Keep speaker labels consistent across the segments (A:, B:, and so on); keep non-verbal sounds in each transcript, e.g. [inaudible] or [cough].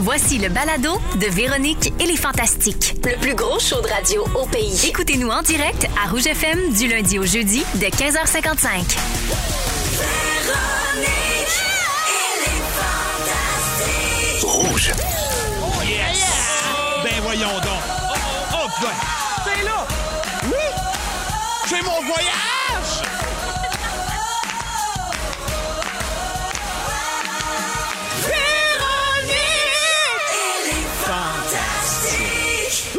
A: Voici le balado de Véronique et les Fantastiques.
B: Le plus gros show de radio au pays.
A: Écoutez-nous en direct à Rouge FM du lundi au jeudi de 15h55.
C: Rouge.
D: Ben voyons donc. Oh, oh, oh, God. T'es là. Oui. J'ai mon voyage.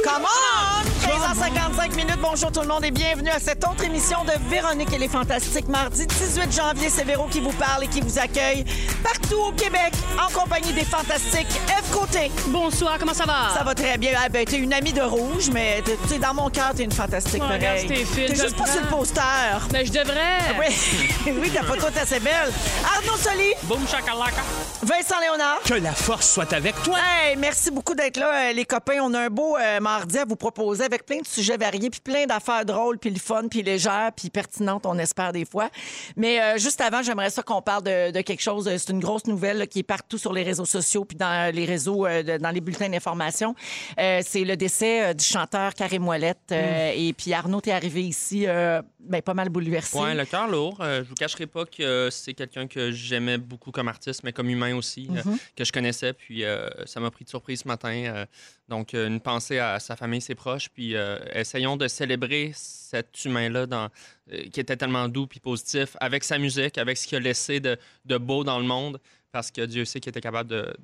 E: Come on! 15h55 minutes. Bonjour tout le monde et bienvenue à cette autre émission de Véronique et les Fantastiques. Mardi 18 janvier, c'est Véro qui vous parle et qui vous accueille partout au Québec en compagnie des Fantastiques. F Côté,
F: Bonsoir, comment ça va?
E: ça va très bien. Ah, ben, t'es une amie de rouge, mais t'es- tu sais, dans mon cœur, t'es une Fantastique
F: Ouais,
E: pareil.
F: regarde tes fils,
E: T'es
F: je
E: juste
F: le
E: pas sur le
F: prends.
E: poster.
F: Ben, je devrais.
E: Oui, oui, [laughs] ta photo est assez belle. Arnaud Soli,
F: Boum, chakalaka.
E: Vincent Léonard.
D: Que la force soit avec toi.
E: Hey, merci beaucoup d'être là, euh, les copains. On a un beau euh, mardi à vous proposer avec plein de sujets variés, puis plein d'affaires drôles, puis le fun, puis légères, puis pertinentes, on espère des fois. Mais euh, juste avant, j'aimerais ça qu'on parle de, de quelque chose. euh, C'est une grosse nouvelle là, qui est partout sur les réseaux sociaux, puis dans euh, les réseaux, euh, de- dans les bulletins d'information. Euh, C'est le décès euh, du chanteur Carré Moilette. euh,
D: Mm.
E: Et puis Arnaud, t'es arrivé ici, euh, ben, pas mal bouleversé.
G: Ouais, le cœur lourd. Euh, je vous cacherai pas que euh, c'est quelqu'un que j'aimais beaucoup comme artiste, mais comme humain aussi, euh, que je connaissais. Puis euh, ça m'a pris de surprise ce matin. Euh, donc, euh, une pensée à sa famille, ses proches. Puis euh, essayons de célébrer cet humain-là dans- euh, qui était tellement doux puis positif avec sa musique, avec ce qu'il a laissé de, de beau dans le monde, parce que Dieu sait qu'il était capable de,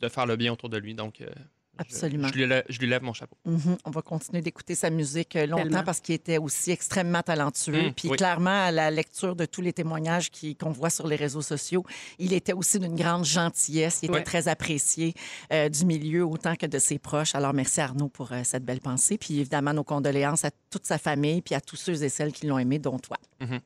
G: de faire le bien autour de lui. Donc, euh, je-
E: Absolument.
G: Je, lui lè- je lui lève mon chapeau.
E: Mhm. On va continuer d'écouter sa musique euh, longtemps
F: Tellement.
E: parce qu'il était aussi extrêmement talentueux.
G: Mm,
E: Puis
G: oui.
E: clairement, à la lecture de tous les témoignages qui- qu'on voit sur les réseaux sociaux, il était aussi d'une grande gentillesse. Il était
G: Ouais.
E: très apprécié euh, du milieu autant que de ses proches. Alors merci Arnaud pour euh, cette belle pensée. Puis évidemment, nos condoléances à toute sa famille puis à tous ceux et celles qui l'ont aimé, dont toi.
G: Mhm.
E: Mhm.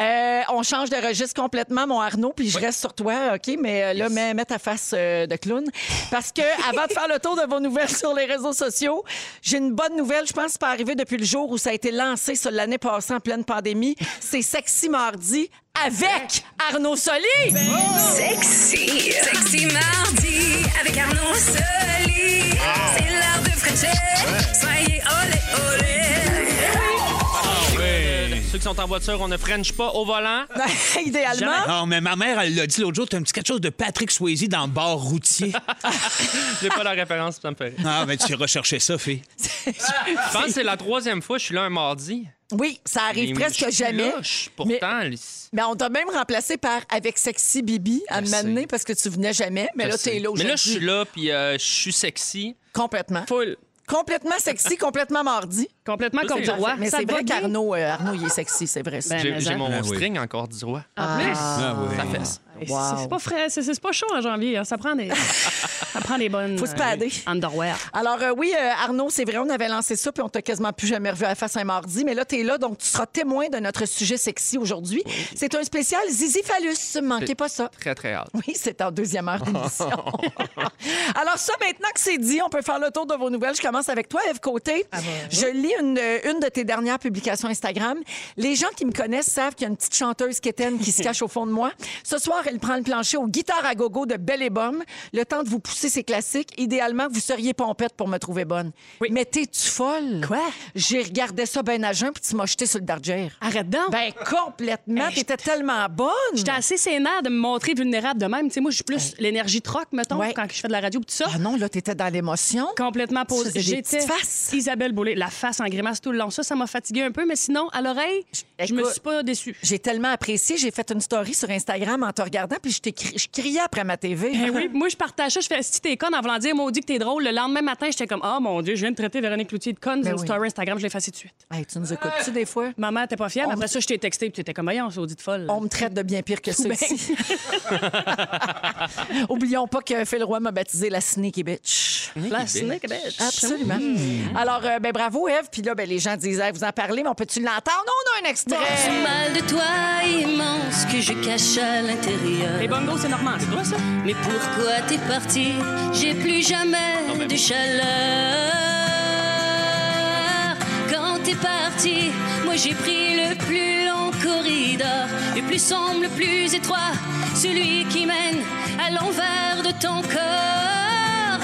E: Euh, on change de registre complètement, mon Arnaud, puis je reste sur toi, OK? Mais euh, là,
G: Yes.
E: mets, mets ta face euh, de clown. Parce
G: [laughs]
E: que avant de faire le tour de vos nouvelles sur les réseaux sociaux, j'ai une bonne nouvelle. Je pense que c'est pas arrivé depuis le jour où ça a été lancé sur l'année passée en pleine pandémie. C'est Sexy Mardi avec Arnaud Soli.
G: Ben
A: Sexy. Sexy mardi avec Arnaud Soli. C'est l'heure de Frencher. Soyez olé olé.
G: Euh, Ceux qui sont en voiture, on ne French pas au volant.
E: [laughs] Idéalement.
D: Non, Ah, mais ma mère, elle l'a dit l'autre jour, t'as un petit quelque chose de Patrick Swayze dans le bar
H: [laughs]
D: routier.
G: J'ai pas la référence, ça me fait rire.
D: ah,
H: ben,
D: mais tu recherchais ça, fille.
G: Je pense que c'est la troisième fois que je suis là un mardi.
E: Oui, ça arrive
G: Mais je
E: presque
G: suis
E: jamais.
G: là, je suis pourtant, les-
E: Mais on t'a même remplacé par Avec Sexy Bibi à
G: Je
E: m'amener
G: sais.
E: parce que tu venais jamais. Mais
G: je
E: là,
G: sais.
E: t'es là
G: Mais
E: aujourd'hui.
G: là, je suis là, puis euh, je suis sexy.
E: Complètement.
G: Full.
E: Complètement sexy, [laughs] complètement mardi.
F: Complètement
G: Ça,
F: comme du
G: c'est
F: roi.
E: Mais
F: Ah, Ça
E: c'est
F: va
E: vrai
F: bien?
E: qu'Arnaud, euh, Arnaud, il est sexy, c'est vrai. ça.
F: Ben,
G: J'ai
F: mais
G: j'ai
F: en-
G: mon
D: Ah oui.
G: string encore du roi.
F: En plus.
D: Ah oui.
G: Ça fesse.
F: C'est-
E: Wow.
F: C'est pas frais, c'est c'est pas chaud en janvier. hein. Ça prend des, ça prend des bonnes.
E: Faut se pader.
F: euh, underwear.
E: Alors euh, oui, euh, Arnaud, c'est vrai, on avait lancé ça, puis on t'a quasiment plus jamais revu à la face un mardi, mais là, t'es là, donc tu seras témoin de notre sujet sexy aujourd'hui. C'est un spécial Zizi Phallus, manquez
G: C'est-
E: pas ça.
G: Très, très hâte.
E: Oui, c'est en deuxième heure d'émission. Alors ça, maintenant que c'est dit, on peut faire le tour de vos nouvelles. Je commence avec toi, Eve Côté. Je lis une, euh, une de tes dernières publications Instagram. Les gens qui me connaissent savent qu'il y a une petite chanteuse quétaine qui se [laughs] cache au fond de moi. Ce soir, elle prend le plancher aux guitares à gogo de Belle et Bomme. Le temps de vous pousser ses classiques. Idéalement, vous seriez pompette pour me trouver bonne. Mais t'es-tu folle? Quoi? J'ai regardé ça ben à jeun, puis tu m'as jeté sur le darger.
F: Arrête donc.
E: Ben complètement, t'étais tellement bonne.
F: J'étais assez sénère de me montrer vulnérable de même. Tu sais, moi, je suis plus l'énergie troc, mettons,
E: Ouais.
F: quand je fais de la radio pis tout ça.
E: Ah non, là, t'étais dans l'émotion.
F: Complètement
E: Tu faisais
F: posée.
E: des petites faces.
F: Isabelle Boulay, la face en grimace tout le long. Ça, ça m'a fatigué un peu, mais sinon, à l'oreille, je me
E: Écoute.
F: suis pas déçue.
E: J'ai tellement apprécié, j'ai fait une story sur Instagram en te regardant, puis je, t'ai cri- je criais après ma TV.
F: Ben oui, moi, je partage ça. Je fais si t'es conne en voulant dire maudit que t'es drôle. Le lendemain matin, j'étais comme Ah mon Dieu, je viens de traiter Véronique Cloutier de conne.
E: Ben
F: C'est une
E: oui.
F: story Instagram, je l'ai effacée tout de suite.
E: Hey, tu nous écoutes-tu des fois?
F: Maman, t'es pas fière. mais
E: On-
F: Après ça, je t'ai texté puis t'étais comme Voyons, c'est audit de folle.
E: On me traite de bien pire que ça
F: Ben.
E: ici. [laughs] Oublions pas que Phil Roy m'a baptisé la sneaky bitch.
F: La snake, bitch.
E: Absolument.
F: Mmh.
E: Alors, euh, ben bravo, Eve. Puis là, ben, les gens disaient, Hey, vous en parlez, mais on peut-tu l'entendre? On a un extrait.
I: mal de toi immense que je cache à
F: Les
I: l'intérieur.
F: bongos, c'est normal. C'est toi, ça?
I: Mais pourquoi t'es parti J'ai plus jamais de chaleur. Quand t'es parti, moi j'ai pris le plus long corridor, le plus sombre, le plus étroit, celui qui mène à l'envers de ton corps.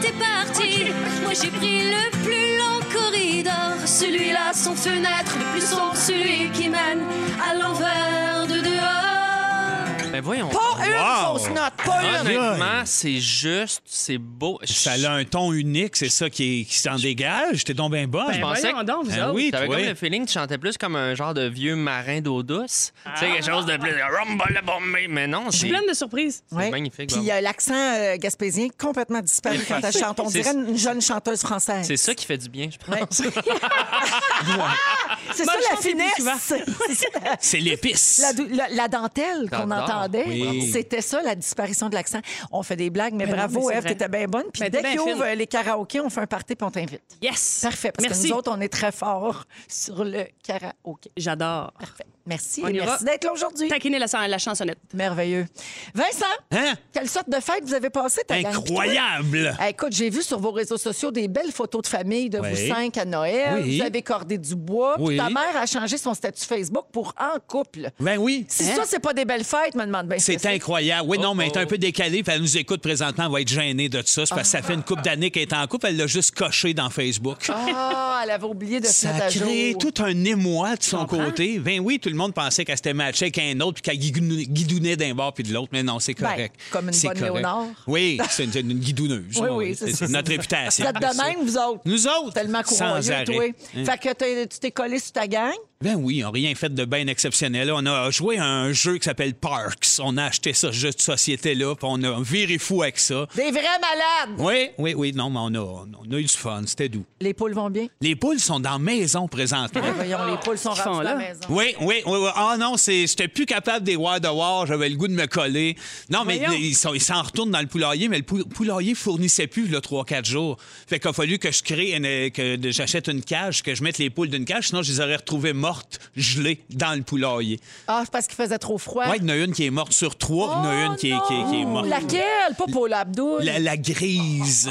I: t'es parti, moi j'ai pris le plus long corridor. Celui-là, sans fenêtre, le plus sombre, celui qui mène à l'envers de
F: Ah.
I: dehors.
G: Ben voyons.
E: Pas une
H: Wow.
E: fausse note, pas une.
G: Honnêtement, c'est juste, c'est beau. Je-
H: Ça a un ton unique, c'est ça qui, est- qui s'en dégage. T'es donc bien bonne.
G: Je pensais
F: Eh, voyons
G: que-
F: donc, vous
H: Ah
F: autres.
H: oui,
G: T'avais
H: toi.
G: comme le feeling que tu chantais plus comme un genre de vieux marin d'eau douce. Tu sais, quelque chose de plus. Rumble bombé. Mais non,
F: Je suis
G: c'est.
F: pleine de surprises.
E: Ouais.
G: magnifique,
E: Puis il y a l'accent euh, gaspésien complètement disparu quand elle chante. On
G: C'est-
E: dirait une jeune chanteuse française.
G: C'est ça qui fait du bien, je
F: [laughs]
G: pense.
E: [laughs] C'est
F: Bonne
E: ça la
F: chance,
E: finesse.
F: c'est plus
E: [laughs] C'est
F: [laughs]
E: ça.
H: C'est l'épice.
E: La, dou- la- la dentelle qu'on
G: J'adore.
E: entendait,
H: Oui.
E: c'était ça, la disparition de l'accent. On fait des blagues, mais,
F: Mais non,
E: bravo,
F: Ben mais c'est
E: Eve,
F: vrai.
E: t'étais bien bonne. Puis
F: Ben,
E: dès
F: t'es
E: qu'ils
F: bien
E: ouvrent
F: fine.
E: euh, les karaokés, on fait un party puis on t'invite.
F: Yes.
E: Parfait, parce
F: Merci.
E: que nous autres, on est très forts sur le karaoké.
F: J'adore.
E: Parfait. Merci
F: On
E: et
F: ira.
E: merci d'être là aujourd'hui.
F: Taquiner la, la chansonnette.
E: Merveilleux. Vincent,
H: Hein?
E: quelle sorte de fête vous avez passée? ta gang?
H: Incroyable!
E: Hey, écoute, j'ai vu sur vos réseaux sociaux des belles photos de famille de
H: Oui.
E: vous cinq à Noël.
H: Oui.
E: Vous avez cordé du bois. Puis
H: Oui.
E: Ta mère a changé son statut Facebook pour en couple.
H: Ben oui.
E: Si ça, c'est pas des belles fêtes, me demande bien. ce que
H: C'est incroyable. Oui, non, mais elle est un
G: oh.
H: peu décalée. puis Elle nous écoute présentement. Elle va être gênée de ça. C'est parce que ça fait une couple d'années qu'elle est en couple. Elle l'a juste coché dans Facebook.
E: Ah, elle avait oublié de se
H: Ça
E: mettre à
H: a créé
E: jour.
H: tout un émoi de son côté. Ben oui, tout le monde pensait qu'elle s'était matchée avec un autre puis qu'elle guidou- guidounait d'un bord puis de l'autre, mais non, c'est
E: Ben,
H: correct.
E: comme une
H: C'est
E: bonne
H: correct.
E: Léonard.
H: Oui, c'est une, une guidouneuse.
E: [laughs] Oui, oui, c'est ça.
H: notre réputation.
E: Vous êtes de même, vous autres.
H: Nous autres,
E: Tellement
H: sans
E: courageux,
H: arrêt.
E: toi.
H: Hein.
E: Fait que t'es- tu t'es collé sur ta gang.
H: Ben oui, on n'a rien fait de bien exceptionnel. On a joué à un jeu qui s'appelle Parks. On a acheté ce jeu de société-là, puis on a viré fou avec ça.
E: Des vrais malades.
H: Oui, oui, oui, non, mais on a, on a eu du fun, c'était doux.
E: Les poules vont bien.
H: Les poules sont dans la maison présentement.
E: Ben, voyons, les poules sont
F: Qu'ils font
E: rendues à la
F: là?
E: maison.
H: Oui, oui, oui, oui. Ah non, c'est, j'étais plus capable des War de War, j'avais le goût de me coller. Non, mais
F: Voyons.
H: ils sont- ils s'en retournent dans le poulailler, mais le pou- poulailler fournissait plus le 3-4 jours. Fait qu'il a fallu que je crée, une- que de- j'achète une cage, que je mette les poules d'une cage, sinon je les aurais retrouvées mortes, gelées, dans le poulailler.
E: Ah, c'est parce qu'il faisait trop froid.
H: Ouais, il y en a une qui est morte sur trois, il y en a une qui est, qui est- qui est morte.
E: Laquelle? Pas Paul Abdul.
H: La, la grise,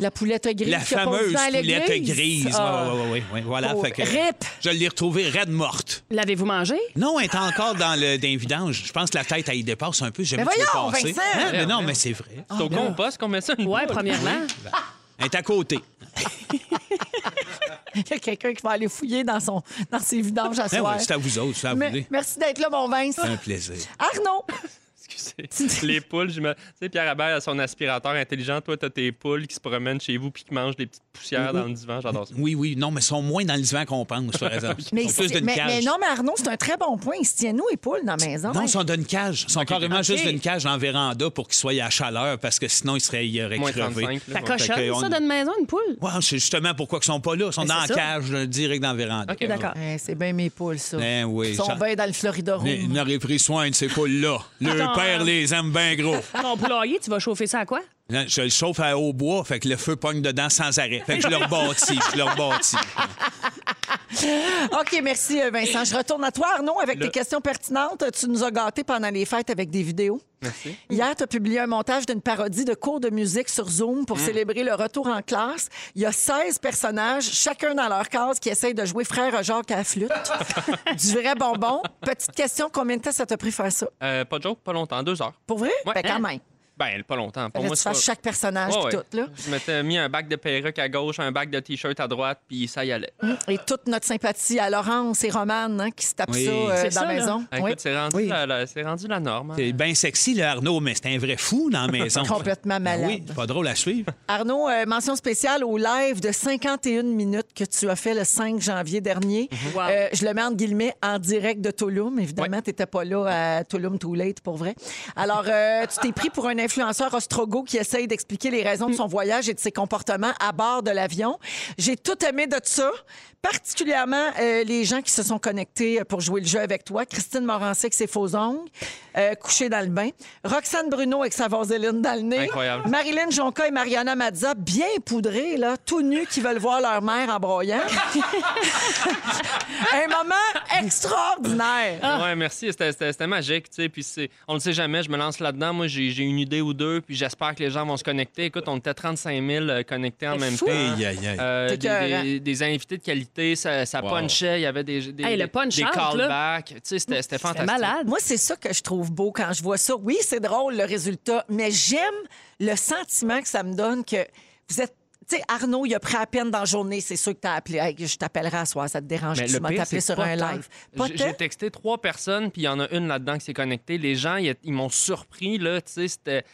E: La poulette grise.
H: la
E: qui a pas
H: fameuse
E: vu dans l'église.
H: poulette grise. Oui,
E: Ah.
H: oui, oui, oui. Voilà,
E: Pauvre.
H: fait que
E: Rip.
H: je l'ai retrouvée raide morte.
F: L'avez-vous mangé?
H: Non, elle est encore dans le dans les vidanges. Je pense que la tête, elle y dépasse un peu. J'ai
E: Mais
H: vu que
E: voyons,
H: passer.
E: Vincent!
H: Hein? Mais non, mais c'est vrai.
G: C'est au compost qu'on met ça. une
F: Ouais,
G: boule.
F: premièrement.
H: Elle est à côté.
E: [laughs] Ah,
H: Hein,
E: Il y a quelqu'un qui va aller fouiller dans, son, dans ses vidanges à
H: Hein,
E: soir.
H: ouais, c'est à vous autres, ça, vous
E: Mais-
H: voulez.
E: merci d'être là, mon Vince.
H: Un plaisir.
E: Arnaud,
G: Excusez. les poules, je me. Tu sais, Pierre Habert a son aspirateur intelligent. Toi, t'as tes poules qui se promènent chez vous puis qui mangent des petites poussières dans le divan. J'adore ça.
H: Oui, oui, non, mais ils sont moins dans le divan qu'on pense,
E: [laughs]
H: par exemple.
E: mais,
H: ils sont plus
E: c'est-
H: d'une
E: mais-
H: cage.
E: mais non, mais Arnaud, c'est un très bon point. Il se tient nous et poules dans la maison.
H: Non, ils sont d'une cage. Ils sont carrément juste d'une cage en véranda pour qu'ils soient à chaleur parce que sinon, ils seraient ils auraient
G: Moins
H: crevés.
G: 35. là.
F: Ça
H: coche.
F: cochonne,
H: Fait que on-
F: ça, d'une maison, une poule?
H: Ouais, c'est justement pourquoi ils sont pas là. Ils sont
F: Ben,
H: dans la
F: c'est ça.
H: cage, là, direct dans la véranda.
G: Ok,
F: D'accord.
E: Eh, c'est bien mes poules, ça.
H: Ben oui,
E: Ils sont
H: ça-
E: bien dans le Florida
H: Mais
E: Room.
H: ils n'auraient pris soin de ces poules-là. Le
F: Attends.
H: père les aime bien gros.
F: Ton poulailler, tu vas chauffer ça à quoi?
H: Là, Je le chauffe à haut bois, fait que le feu pogne dedans sans arrêt. Fait que je le rebâtis, je le rebâtis.
E: OK, merci, euh, Vincent. Je retourne à toi, Arnaud, avec tes questions pertinentes. Tu nous as gâtés pendant les fêtes avec des vidéos. Merci. Hier, tu as publié un montage d'une parodie de cours de musique sur Zoom
G: Mm.
E: pour célébrer le retour en classe. Il y a 16 personnages, chacun dans leur case, qui essayent de jouer frère Jacques à la flûte.
G: [laughs]
E: du vrai bonbon. Petite question, combien de temps ça t'a pris faire ça?
G: Euh, pas de joke, pas longtemps, deux heures.
E: Pour vrai?
G: Ouais.
E: Ben, quand même.
G: Ben, pas longtemps. Pour
E: Fallait que
G: moi,
E: tu
G: c'est pas-
E: fasses chaque personnage
G: Ouais,
E: hein, puis
G: ouais.
E: tout, là.
G: Je m'étais mis un bac de perruque à gauche, un bac de t-shirt à droite, puis ça y allait.
E: Mm. Et toute notre sympathie à Laurence et Romane hein, qui se tapent
H: Oui.
E: ça euh,
F: C'est
E: dans
F: ça,
E: la
F: là.
E: maison.
G: Ah,
E: Oui.
G: Écoute, c'est rendu,
H: Oui.
G: la- la- c'est rendu la norme. hein.
H: C'est bien sexy, le Arnaud, mais c'est un vrai fou dans la maison.
E: [laughs] Complètement
H: Ben
E: malade.
H: oui, c'est pas drôle à suivre.
E: Arnaud, euh, mention spéciale au live de 51 minutes que tu as fait le 5 janvier dernier.
F: Wow.
E: Euh, je le mets en guillemets en direct de Touloum. Évidemment, tu n'étais pas là à Touloum Too Late pour vrai. Alors, euh, tu t'es pris pour un influenceur ostrogo qui essaye d'expliquer les raisons de son voyage et de ses comportements à bord de l'avion. J'ai tout aimé de ça, particulièrement euh, les gens qui se sont connectés pour jouer le jeu avec toi. Christine Morancé avec ses faux ongles, euh, couchée dans le bain. Roxane Bruno avec sa vaseline dans le nez.
G: Incroyable.
E: Marilyn Jonca et Mariana Mazza, bien poudrées, là, tout nus, qui veulent voir leur mère en broyant. Un moment extraordinaire.
G: Ouais, merci, c'était- c'était c'était magique, tu sais. Puis c'est- on le sait jamais, je me lance là-dedans. Moi, j'ai j'ai une idée ou deux, puis j'espère que les gens vont se connecter. Écoute, on était 35 000 euh, connectés en même
F: fou.
G: temps.
H: Aïe, aïe, aïe.
G: Euh,
E: T'es
G: des,
E: écœurant.
G: des- des invités de qualité, ça, ça punchait, il y avait des, des,
F: Hey, le
G: des-
F: punch
G: des
F: out, là.
G: callbacks. Tu sais, c'était c'était
F: C'est
G: fantastique.
F: malade.
E: Moi, c'est ça que je trouve beau quand je vois ça. Oui, c'est drôle le résultat, mais j'aime le sentiment que ça me donne que Vous êtes tu sais, Arnaud, il a pris à peine dans la journée, c'est sûr que t'as appelé. Hey, je t'appellerai à soir, ça te dérange
G: Mais
E: que tu
G: le
E: m'as
G: pire,
E: appelé
G: c'est
E: sur
G: pas
E: un
G: tant-
E: live. Pas
G: J-
E: tant?
G: J'ai texté trois personnes, puis il y en a une là-dedans qui s'est connectée. Les gens, ils ils m'ont surpris, là, tu sais, c'était...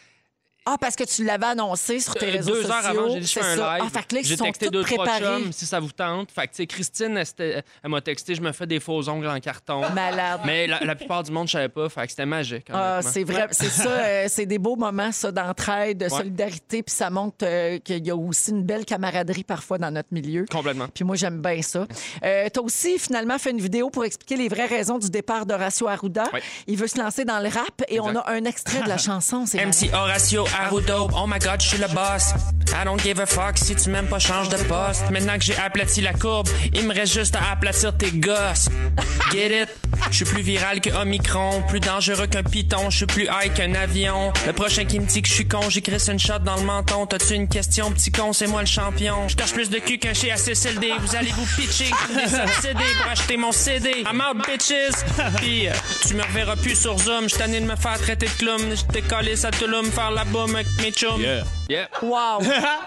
E: Ah, parce que tu l'avais annoncé sur tes
G: Euh,
E: réseaux
G: deux
E: sociaux.
G: heures avant, j'ai dit, je
E: c'est
G: fais un
E: ça.
G: live.
E: Ah, fait que là, ils
G: j'ai
E: sont
G: texté
E: tous
G: deux, trois
E: préparés.
G: chums, si ça vous tente. Fait que, tu sais, Christine, elle, s'était- elle m'a texté, je me fais des faux ongles en carton.
E: Malade.
G: Mais la, la plupart du monde, je savais pas. Fait que c'était magique.
E: Ah,
G: honnêtement.
E: c'est vrai, c'est ça, euh, c'est des beaux moments, ça, d'entraide, de
G: Ouais.
E: solidarité, puis ça montre euh, qu'il y a aussi une belle camaraderie parfois dans notre milieu.
G: Complètement.
E: Puis moi, j'aime bien ça. Euh, T'as aussi finalement fait une vidéo pour expliquer les vraies raisons du départ d'Horacio Arruda.
G: Ouais.
E: Il veut se lancer dans le rap et on a un extrait de la chanson.
G: [laughs]
E: C'est
J: MC Horatio Arrudo, oh my god, je suis le boss. I don't give a fuck si tu m'aimes pas, change de poste. Maintenant que j'ai aplati la courbe, il me reste juste à aplatir tes gosses. Get it? Je suis plus viral que Omicron, plus dangereux qu'un python, je suis plus high qu'un avion. Le prochain qui me dit que je suis con, j'écris une shot dans le menton. T'as-tu une question, petit con, c'est moi le champion. Je torche plus de cul qu'un chez ACCLD, vous allez vous pitcher, vous les obsédés pour acheter mon CD. I'm out, bitches! Pis, euh, tu me reverras plus sur Zoom, je tanné de me faire traiter de clown, j'étais collé à Tulum, faire la bombe avec mes chums.
G: Yeah. [laughs]
E: Wow!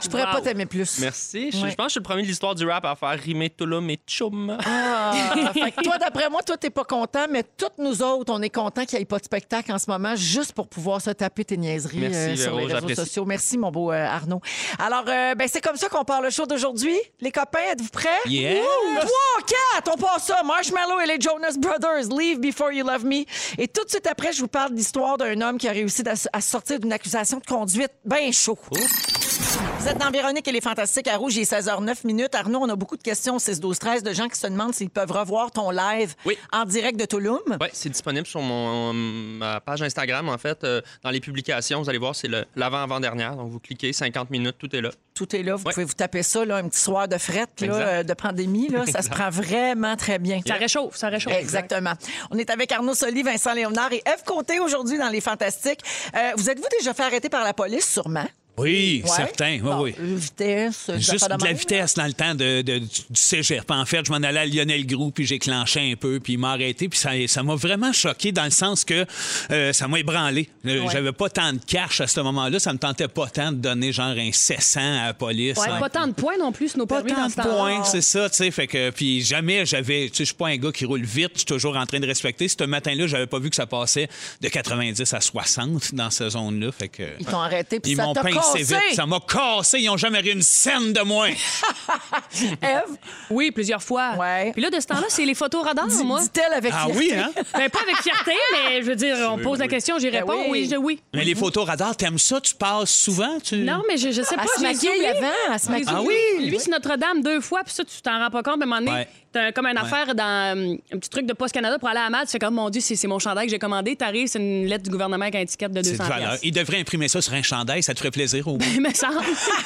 E: Je pourrais
G: Wow.
E: pas t'aimer plus.
G: Merci. Je,
E: Ouais.
G: je pense que je suis le premier de l'histoire du rap à faire rimer Tulum et Chum.
E: Ah, fait que toi, d'après moi, toi, t'es pas content, mais toutes nous autres, on est contents qu'il n'y ait pas de spectacle en ce moment, juste pour pouvoir se taper tes niaiseries
G: Merci,
E: euh, sur
G: Véro,
E: les réseaux
G: j'apprécie.
E: sociaux. Merci, mon beau euh, Arnaud. Alors, euh, ben, c'est comme ça qu'on part le show d'aujourd'hui. Les copains, êtes-vous prêts?
H: Yes!
E: Wouh! Trois, quatre, on passe ça. Marshmallow et les Jonas Brothers, Leave Before You Love Me. Et tout de suite après, je vous parle de l'histoire d'un homme qui a réussi d'as- à sortir d'une accusation de conduite bien chaud.
G: Oh.
E: Vous êtes dans Véronique et les Fantastiques à Rouge, il est 16h09 minutes. Arnaud, on a beaucoup de questions au 6-12-13 de gens qui se demandent s'ils peuvent revoir ton live
G: Oui.
E: en direct de Touloum.
G: Ouais, c'est disponible sur mon, ma page Instagram, en fait. Euh, dans les publications, vous allez voir, c'est le- l'avant-avant-dernière. Donc, vous cliquez, 50 minutes, tout est là.
E: Tout est là, vous
G: Ouais.
E: pouvez vous taper ça, là, un petit soir de frette là,
G: Exact.
E: euh, de pandémie. Là, ça se prend vraiment très bien.
F: Ça réchauffe, ça réchauffe.
E: Exactement. On est avec Arnaud Soli, Vincent Léonard et Eve Côté aujourd'hui dans Les Fantastiques. Euh, vous êtes-vous déjà fait arrêter par la police, sûrement?
H: Oui,
E: Ouais.
H: certain. Oui,
E: Bon,
H: oui.
E: euh, Vitesse, des
H: Juste
E: affaires
H: de la
E: même.
H: vitesse dans le temps de, de- du du cégep. En fait, je m'en allais à Lionel Groux, puis j'ai clenché un peu, puis il m'a arrêté, puis ça ça m'a vraiment choqué dans le sens que euh, ça m'a ébranlé. Euh,
E: Ouais.
H: J'avais pas tant de cash à ce moment-là, ça me tentait pas tant de donner genre un 700 à la police.
F: Ouais,
H: hein.
F: Pas tant de points non plus, nos
H: Pas
F: permis dans
H: tant de
F: ce temps-là.
H: points, c'est ça, tu sais. Fait que, puis jamais j'avais, tu sais, je suis pas un gars qui roule vite, je suis toujours en train de respecter. Ce matin-là, j'avais pas vu que ça passait de 90 à 60 dans cette zone-là. Fait que.
E: Ils t'ont arrêté, puis
H: Ils
E: ça
H: m'ont
E: t'a
H: pincé
E: cassé.
H: vite, ça m'a cassé, ils ont jamais ri une scène de moins.
E: Ève,
F: Oui, plusieurs fois.
E: Ouais.
F: Puis là, de ce temps-là, c'est les photos radars,
E: dis-
F: moi.
E: dit-elle avec
H: Ah
E: fierté.
H: oui, hein?
F: Ben, pas avec fierté, mais je veux dire,
H: [laughs]
F: on pose la question, j'y réponds.
E: Ben oui.
F: oui. je dis oui.
H: Mais les photos radars, t'aimes ça? Tu passes souvent? Tu...
F: Non, mais je, je sais pas.
E: Elle se
F: je les
E: maquille
F: oublie.
E: avant, elle se
H: Ben,
F: Je les
E: maquille.
H: ah
F: oublie. Lui, c'est Notre-Dame deux fois, puis ça, tu t'en rends pas compte. Mais à un moment donné,
H: Ouais.
F: t'as comme une affaire dans euh, un petit truc de Post Canada pour aller à la mat. Tu fais comme, mon Dieu, c'est c'est mon chandail que j'ai commandé. T'arrives, c'est une lettre du gouvernement avec un étiquette de
H: c'est de
F: 200
H: valeur.
F: piastres. [laughs]
H: Ils devraient imprimer ça sur un chandail, ça te ferait plaisir au
F: Il
H: [laughs]
F: me semble.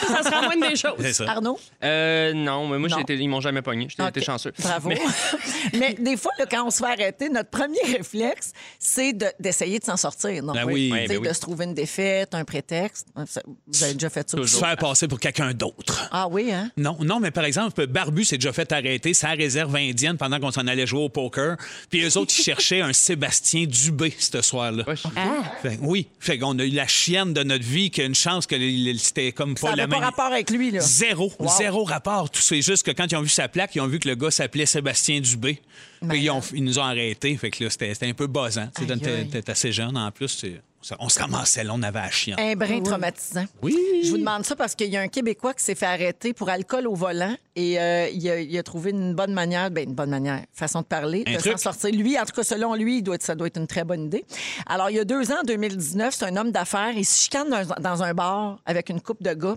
F: ça sera moins des
H: C'est
F: choses.
H: ça.
E: Arnaud?
G: Euh, non, mais moi, j'ai
E: Non.
G: été- ils m'ont jamais pogné. J'étais été
E: Ok,
G: chanceux.
E: Bravo.
G: Mais-
E: [laughs] Mais, des fois, là, quand on se fait arrêter, notre premier réflexe, c'est de- d'essayer de s'en sortir. Non?
H: Ben oui.
E: Tu sais,
H: Ouais, ben
E: De se trouver une défaite, un prétexte. Ça- Vous avez déjà fait ça.
H: Se faire passer pour quelqu'un d'autre.
E: Ah oui, hein?
H: Non, non, mais par exemple, Barbu s'est déjà fait arrêter sa réserve indienne pendant qu'on s'en allait jouer au poker. Puis eux autres, ils cherchaient un Sébastien Dubé ce soir-là.
G: Ouais, je-
E: Ah.
H: Fait- oui, fait qu'on a eu la chienne de notre vie, qu'il y a une chance que l- l- c'était comme
E: Ça
H: pas
E: n'avait
H: la
E: pas
H: même.
E: rapport avec lui, là.
H: Zéro, zéro rapport. Tout c'est juste que quand ils ont vu sa plaque, ils ont vu que le gars s'appelait Sébastien Dubé. Fait qu'ils ont- ils nous ont arrêtés. Fait que là, c'était c'était un peu buzzant. Tu sais,
E: Ben Aïe,
H: t'es-
E: aïe.
H: t'es assez jeune en plus. tu sais, On se ramassait là, on avait la chienne.
E: Un brin traumatisant.
H: Ah Oui.
E: Je vous demande ça parce qu'il y a un Québécois qui s'est fait arrêter pour alcool au volant et euh, il, a, il a trouvé une bonne manière, ben, une bonne manière, façon de parler,
H: Un
E: de
H: truc.
E: s'en sortir. Lui, en tout cas, selon lui, il doit être- ça doit être une très bonne idée. Alors, il y a deux ans, en 2019, c'est un homme d'affaires. Il se chicane dans, dans un bar avec une coupe de gars.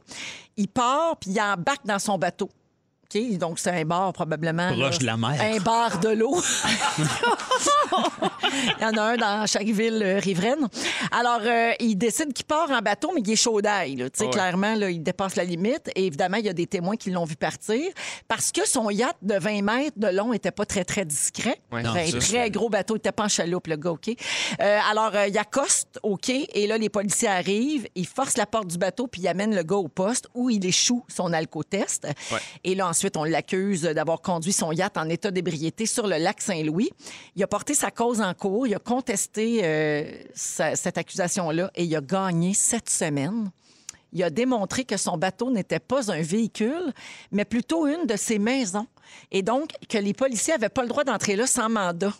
E: Il part puis il embarque dans son bateau. OK? Donc, c'est un bar probablement.
H: Proche de la mer.
E: Un bar de l'eau. [laughs] Il y en a un dans chaque ville euh, riveraine. Alors, euh, il décide qu'il part en bateau, mais il est chaud d'ail. là. Tu sais,
G: Ouais.
E: Clairement, là, il dépasse la limite. Et évidemment, il y a des témoins qui l'ont vu partir parce que son yacht de 20 mètres de long était pas très, très discret. Ben,
G: Ouais.
E: C'était
G: Non,
E: un
H: ça,
E: très gros bateau. Il était pas en chaloupe, le gars, OK? Euh, alors, euh, il accoste au quai et là, les policiers arrivent. Ils forcent la porte du bateau puis ils amènent le gars au poste où il échoue son alcotest. Et là, ensuite, on l'accuse d'avoir conduit son yacht en état d'ébriété sur le lac Saint-Louis. Il a porté sa cause en cours. Il a contesté euh, sa- cette accusation-là et il a gagné cette semaine. il a démontré que son bateau n'était pas un véhicule, mais plutôt une de ses maisons. Et donc, que les policiers n'avaient pas le droit d'entrer là sans mandat.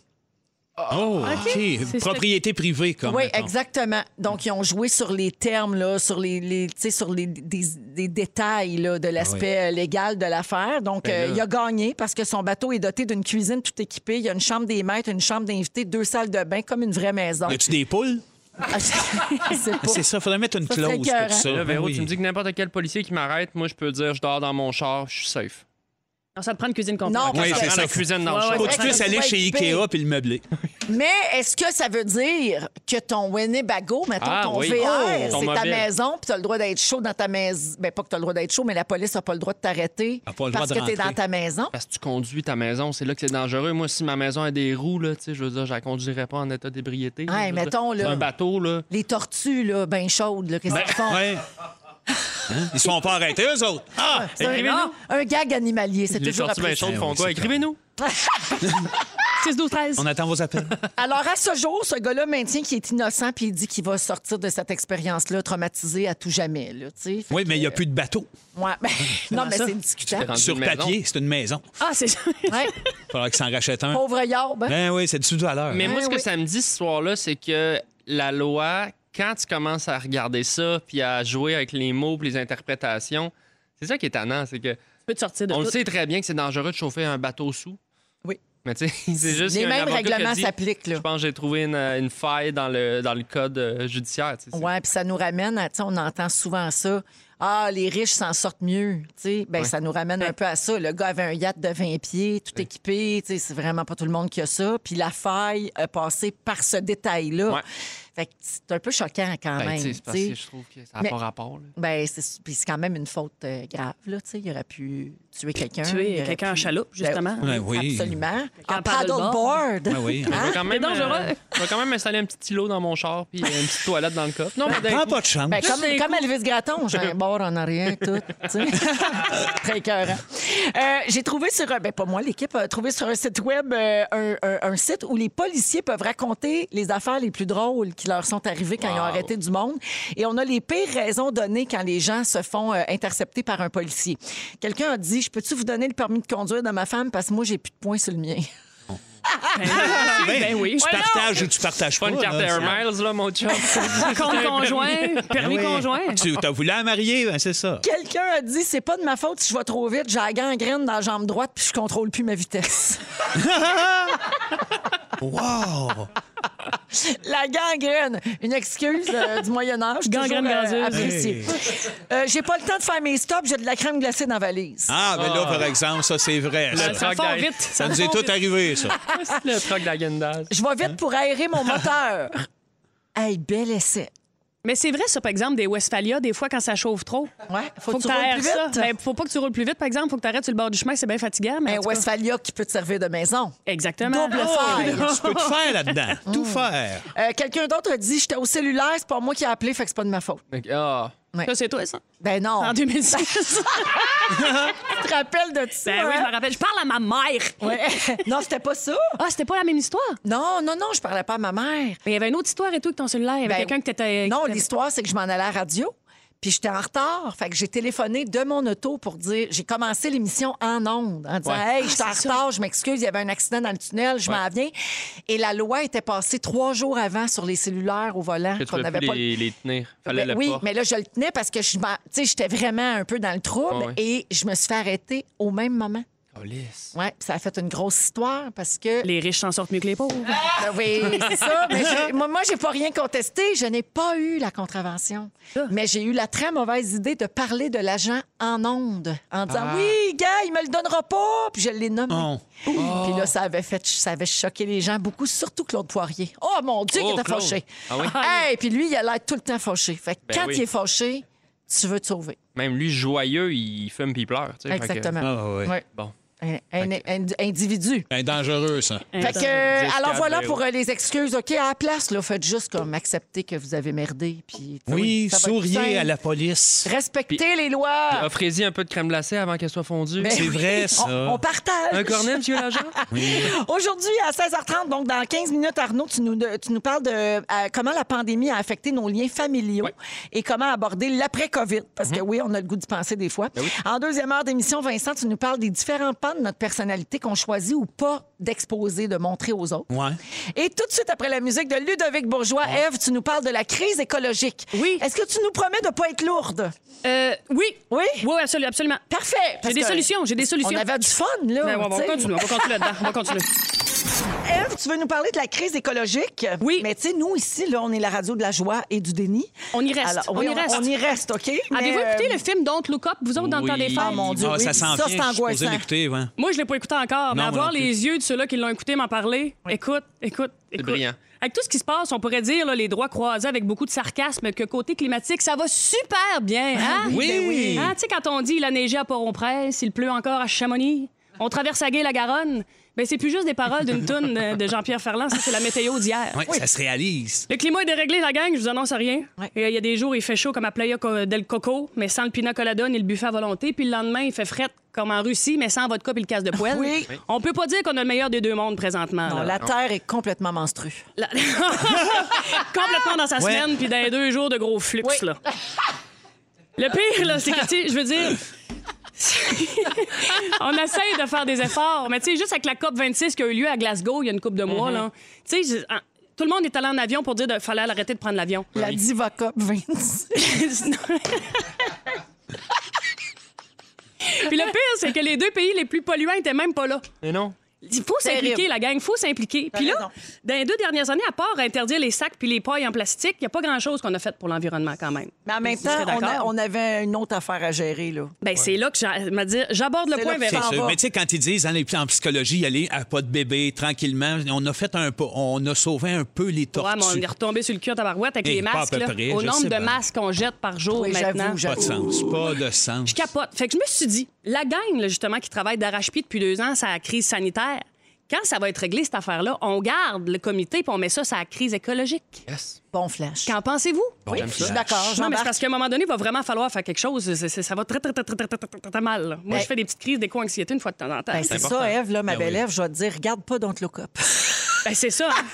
H: Oh,
F: OK. C'est
H: OK. Propriété privée, comme.
E: Oui,
H: mettons.
E: exactement. Donc, ils ont joué sur les termes, là, sur les, les- tu sais, sur les, des, des détails là, de l'aspect euh, légal de l'affaire. Donc,
H: Ah Ben
E: euh,
H: là.
E: il a gagné parce que son bateau est doté d'une cuisine tout équipée. Il y a une chambre des maîtres, une chambre d'invités, deux salles de bain, comme une vraie maison.
H: Y
E: [laughs]
H: a-tu des poules?
E: Ah, je- je sais pas.
H: C'est ça, faudrait mettre une
E: Ça
H: clause
E: serait
H: pour
E: écœurant.
H: ça.
G: Là, Véro,
H: Oui.
G: tu me dis que n'importe quel policier qui m'arrête, moi, je peux dire je dors dans mon char, je suis safe.
F: Non, ça te prend une cuisine complète.
E: Non,
H: Ben Oui,
E: parce
H: c'est
E: que-
G: Prends
H: ça.
G: la cuisine dans le char.
H: Faut que tu puisses aller chez Ikea puis le meubler.
E: Mais est-ce que ça veut dire que ton Winnebago, mettons,
G: Ah,
E: ton
G: oui.
E: VR,
G: Oh, ton
E: c'est ta
G: mobile.
E: maison, puis tu as le droit d'être chaud dans ta maison. Ben, pas que tu as le droit d'être chaud, mais la police n'a pas le droit de t'arrêter
H: A pas le droit
E: parce
H: de
E: que tu es
H: rentrer.
E: dans ta maison.
G: Parce que tu conduis ta maison, c'est là que c'est dangereux. Moi, si ma maison a des roues, là, tu sais, je veux dire, je la conduirais pas en état d'ébriété.
E: Ouais,
G: Je veux dire,
E: mettons, là.
G: c'est Un bateau, là.
E: Les tortues, là, ben chaudes, là, qu'est-ce qu'ils font?
H: Ouais. Hein? Ils se font pas arrêter, eux autres. Ah!
E: C'est un-
G: Écrivez-nous.
E: Un gag animalier, c'est
G: Les
E: toujours
G: sorties bien
E: apprécié.
G: chaudes font
H: Ben oui,
G: quoi?
H: c'est
G: Écrivez-nous.
F: 6, 12, 13.
H: On attend vos appels.
E: [laughs] Alors, à ce jour, ce gars-là maintient qu'il est innocent puis il dit qu'il va sortir de cette expérience-là traumatisé à tout jamais. Là, tu sais.
H: Oui, mais il n'y a plus de bateau.
G: [laughs]
E: Ouais, ben, non, mais
F: ça?
E: c'est discutable.
G: Rendu
H: Sur
G: une maison.
H: papier, c'est une maison.
F: Ah, c'est [laughs]
E: Ouais.
H: Il faudra qu'ils s'en rachètent un.
E: Pauvre Yarb. hein?
H: Ben oui, c'est du valeur.
G: Mais moi,
E: Ouais,
G: ce que
E: ouais.
G: ça me dit ce soir-là, c'est que la loi, quand tu commences à regarder ça, puis à jouer avec les mots, puis les interprétations, c'est ça qui est tannant, c'est que
F: Tu peux te sortir de
G: on le
F: tout.
G: sait très bien que c'est dangereux de chauffer un bateau sous.
E: Oui.
G: Mais tu sais, [laughs] c'est juste
E: Les
G: qu'il y a un
E: mêmes
G: avocat qui a
E: règlements
G: dit,
E: s'appliquent, là.
G: Je pense que j'ai trouvé une, une faille dans le, dans le code euh, judiciaire. tu sais, c'est-
E: Ouais, puis ça nous ramène à, tu sais, on entend souvent ça. Ah, les riches s'en sortent mieux. tu sais. Ben, Ça nous ramène un peu à ça. Le gars avait un yacht de 20 pieds, tout équipé. tu sais, C'est vraiment pas tout le monde qui a ça. Puis la faille a passé par ce détail-là.
G: Ouais.
E: Fait que c'est un peu choquant quand
G: Ben,
E: même.
G: tu sais, c'est parce
E: tu sais.
G: que je trouve que ça n'a
E: Mais-
G: pas rapport. là.
E: Ben, c'est puis c'est quand même une faute euh, grave. Là, tu sais. il aurait pu tuer quelqu'un. il
F: Tuer euh,
E: aurait
F: quelqu'un en
E: pu-
F: chaloupe,
E: Ben,
F: justement.
H: Ben oui.
E: Absolument. En
F: en paddleboard.
E: paddleboard. Ah,
H: Ben oui.
G: Je vais quand même,
F: dangereux.
G: euh, je vais quand même installer un petit îlot dans mon char puis euh, une petite toilette dans
E: [laughs]
G: le coffre. Non, mais d'un
H: Prends
G: coup,
H: pas de chance.
E: Ben, comme, comme Elvis Gratton, j'ai un bord en arrière, tout. tu sais. Très écœurant. Euh, j'ai trouvé sur, un- ben pas moi, l'équipe a trouvé sur un site web euh, un, un- un site où les policiers peuvent raconter les affaires les plus drôles qui leur sont arrivées quand ils ont arrêté du monde. Et on a les pires raisons données quand les gens se font euh, intercepter par un policier. Quelqu'un a dit, je peux-tu vous donner le permis de conduire de ma femme parce que moi, j'ai plus de points sur le mien.
H: Ben
F: oui.
H: Tu partages ou tu partages
G: pas
H: pas.
G: une carte
H: là,
G: Air
H: c'est-
G: Miles, là, mon
E: [laughs]
G: chum.
H: [laughs]
F: Compte conjoint, permis
H: Ben oui.
F: conjoint.
H: Tu as voulu la marier, ben, c'est ça.
E: Quelqu'un a dit, c'est pas de ma faute si je vais trop vite, j'ai la gangrène dans la jambe droite puis je contrôle plus ma vitesse.
H: [laughs] Wow!
E: La gangrène, une excuse euh, du Moyen Âge.
F: Gangrène
E: Toujours,
F: gazeuse.
E: appréciée. Euh, j'ai pas le temps de faire mes stops, j'ai de la crème glacée dans la valise.
H: Ah, ben là, par exemple, ça, c'est vrai. Ça,
F: Ça fond
G: Rockdale.
F: vite.
H: Ça nous est tout arrivé, ça.
G: le truc d'Agendaz.
E: Je vais
H: Hein?
E: vite pour aérer mon moteur. hey, bel essai.
F: Mais c'est vrai, ça, par exemple, des Westphalia, des fois, quand ça chauffe trop,
E: Ouais, faut,
F: faut,
E: que
F: que
E: tu roules plus
F: t'aères ça.
E: vite.
F: Ben, faut pas que tu roules plus vite, par exemple. Faut que t'arrêtes sur le bord du chemin, c'est bien fatigant. Mais
E: un
F: en tout cas-
E: Ben, Westphalia qui peut te servir de maison.
F: Exactement.
E: Double
F: Oh!
E: faille.
H: Tu peux tout faire
E: [laughs]
H: là-dedans. Tout faire.
E: Euh, Quelqu'un d'autre a dit J'étais au cellulaire, c'est pas moi qui ai appelé, fait que c'est pas de ma faute.
G: Donc, ah.
F: Ça, c'est toi, ça.
E: Ben non.
F: En
E: [laughs]
F: 2006.
E: Tu te rappelles de ça
F: ben oui, je
E: hein?
F: me rappelle. Je parle à ma mère.
E: Ouais. Non, c'était pas ça.
F: [laughs] Ah, c'était pas la même histoire.
E: Non, non, non, je parlais pas à ma mère.
F: Mais il y avait une autre histoire et tout que ton cellulaire. Il y avait
E: Ben,
F: quelqu'un que t'étais. euh,
E: Non,
F: que t'étais-
E: l'histoire, c'est que je m'en allais à la radio. Puis j'étais en retard. Fait que j'ai téléphoné de mon auto pour dire. J'ai commencé l'émission en ondes en disant Hey, j'étais en retard, je m'excuse, il y avait un accident dans le tunnel, je m'en viens. Et la loi était passée trois jours avant sur les cellulaires au volant.
G: Que tu
E: qu'on
G: pouvais
E: n'avait
G: plus
E: pas le-
G: les, les tenir. Fallait
E: Ben
G: le
E: oui,
G: pas.
E: mais là, je le tenais parce que je m'en- tu sais, j'étais vraiment un peu dans le trouble
G: Ah ouais.
E: et je me suis fait arrêter au même moment.
G: Calisse.
E: Ouais, puis ça a fait une grosse histoire parce que.
F: Les riches s'en sortent mieux que les pauvres.
E: Ben oui, c'est ça. Mais j'ai- moi, moi, j'ai pas rien contesté. Je n'ai pas eu la contravention. Mais j'ai eu la très mauvaise idée de parler de l'agent en ondes en disant
G: Ah.
E: Oui, gars, il me le donnera pas. Puis je l'ai nommé.
G: Oh.
H: Non.
E: Puis là, ça avait, fait, ça avait choqué les gens beaucoup, surtout Claude Poirier. Oh mon Dieu,
G: Oh,
E: qu'il était
G: Claude.
E: fâché.
G: Ah oui?
E: Hey, puis lui, il a l'air tout le temps fâché. Fait que
G: Ben
E: quand
G: oui.
E: il est fâché, tu veux te sauver.
G: Même lui, joyeux, il fume puis il pleure. tu sais, fait que-
E: Exactement.
H: Ah oui.
E: Ouais.
G: Bon.
E: Un, un- un individu.
H: Ben, dangereux, ça.
E: Fait que, euh,
H: Dix,
E: alors
H: quatre,
E: voilà
H: ben
E: pour
H: oui.
E: euh, les excuses. OK, à la place, là, faites juste comme accepter que vous avez merdé. Puis,
G: Oui,
E: Ah ça va être
G: souriez
E: simple.
G: à la
H: police.
E: Respectez les lois.
G: Puis ah, Offrez-y un peu de crème glacée avant qu'elle soit fondue.
E: Ben oui, On, on partage.
G: Un cornet, monsieur l'agent?
E: [laughs] Aujourd'hui, à 16h30, donc dans 15 minutes, Arnaud, tu nous, tu nous parles de euh, comment la pandémie a affecté nos liens familiaux et comment aborder l'après-COVID. Parce
F: Mhm.
E: que oui, on a le goût d'y penser des fois.
F: Ben
E: En deuxième heure d'émission, Vincent, tu nous parles des différents pans de notre personnalité qu'on choisit ou pas d'exposer, de montrer aux autres.
H: Ouais.
E: Et tout de suite après la musique de Ludovic Bourgeois, Eve, tu nous parles de la crise écologique. Oui. Est-ce que tu nous promets de ne pas être lourde?
F: Euh, oui.
E: Oui?
F: Oui, absolument. absolument.
E: Parfait.
F: J'ai
E: Parce
F: des
E: que
F: solutions, j'ai des solutions.
E: On avait du fun, là.
F: Ben, on va
E: tu sais.
F: continuer, on va continuer là-dedans, on va continuer.
E: Ève, tu veux nous parler de la crise écologique? Oui. Mais tu sais, nous, ici, là, on est la radio de la joie et du déni.
F: On y reste,
E: Alors,
F: on
E: oui,
F: y reste.
E: On y reste, OK?
F: Avez-vous écouté le film Don't Look Up, vous autres, dans le temps des fêtes?
E: Ah, mon Dieu, euh, oui.
H: ça s'en vient.
E: Ça, c'est
H: Je suis
E: angoissant.
H: posé l'écouter, ouais.
F: Moi, je l'ai pas écouté encore, mais
H: Non, moi
F: avoir
H: non plus.
F: les yeux de ceux-là qui l'ont écouté m'en parler, écoute, écoute, écoute.
G: brillant.
F: Avec tout ce qui se passe, on pourrait dire là, les droits croisés avec beaucoup de sarcasme que côté climatique, ça va super bien. Hein?
D: Ah oui, ben oui.
F: Hein, tu sais, quand on dit il a neigé à Port-au-Prince, il pleut encore à Chamonix, on traverse à la garonne ben, c'est plus juste des paroles d'une toune de, de Jean-Pierre Ferland, ça, c'est la météo d'hier.
H: Ouais, Ça se réalise.
F: Le climat est déréglé, la gang, je vous annonce rien. Et, euh, Il y a des jours, il fait chaud comme à Playa Co- del Coco, mais sans le pina colada ni le buffet à volonté. Puis le lendemain, il fait fret comme en Russie, mais sans vodka puis le casse de poêle.
E: Oui.
F: On peut pas dire qu'on a le meilleur des deux mondes présentement.
E: Non,
F: là.
E: euh, la Terre est complètement menstruée.
F: La- [laughs] Complètement dans sa
E: Ouais.
F: semaine, puis dans les deux jours de gros flux, là. Le pire, là, c'est que, tu sais, je veux dire... [laughs] on essaie de faire des efforts, mais tu sais, juste avec la COP 26 qui a eu lieu à Glasgow il y a une couple de mois,
E: Mhm.
F: là, tu sais, je- en- tout le monde est allé en avion pour dire qu'il fallait arrêter de prendre l'avion.
E: La Diva Cup 26.
F: Puis le pire, c'est que les deux pays les plus polluants étaient même pas là.
G: Mais non.
F: Il faut
G: Terrible.
F: s'impliquer, la gang, il faut s'impliquer. Puis là,
G: raison.
F: dans les deux dernières années, à part interdire les sacs puis les pailles en plastique, il n'y a pas grand-chose qu'on a fait pour l'environnement quand même.
E: Mais en même
F: Vous serez
E: temps, on, a-
F: d'accord?
E: on avait une autre affaire à gérer, là.
F: Ben, c'est là que j'a- m'a dit- j'aborde le
E: C'est
F: point
E: là que
F: Vincent.
E: ça
H: Mais tu sais, quand ils disent en, en psychologie, aller à pas de bébé, tranquillement, on a fait un pas- on a sauvé un peu les
F: Ouais, mais
H: tortues.
F: on est retombé sur le cul en tabarouette avec
H: Eh,
F: les
H: pas à
F: masques.
H: peu
F: là.
H: près,
F: au
H: je
F: nombre
H: sais
F: de
H: bien.
F: masques qu'on jette par jour maintenant.
H: Pas de sens, pas de sens.
F: Je capote. Fait que je me suis dit, la gang, là, justement, qui travaille d'arrache-pied depuis deux ans, ça la crise sanitaire, quand ça va être réglé, cette affaire-là, on garde le comité puis on met ça sur la crise écologique.
E: Bon flash.
F: Qu'en pensez-vous?
E: Bon Oui, flash. je suis d'accord,
F: Non, mais
E: j'embarque.
F: c'est parce qu'à un moment donné, il va vraiment falloir faire quelque chose. C'est- c'est- ça va très, très, très, très, très, très, très, très mal. là. Moi,
E: Ben-
F: je fais des petites crises d'éco-anxiété une fois de temps en temps.
E: Ben, c'est ça, Ève, là, ma belle Ève, je vais te dire, regarde pas Don't Look Up. [laughs]
F: Ben, c'est ça. hein.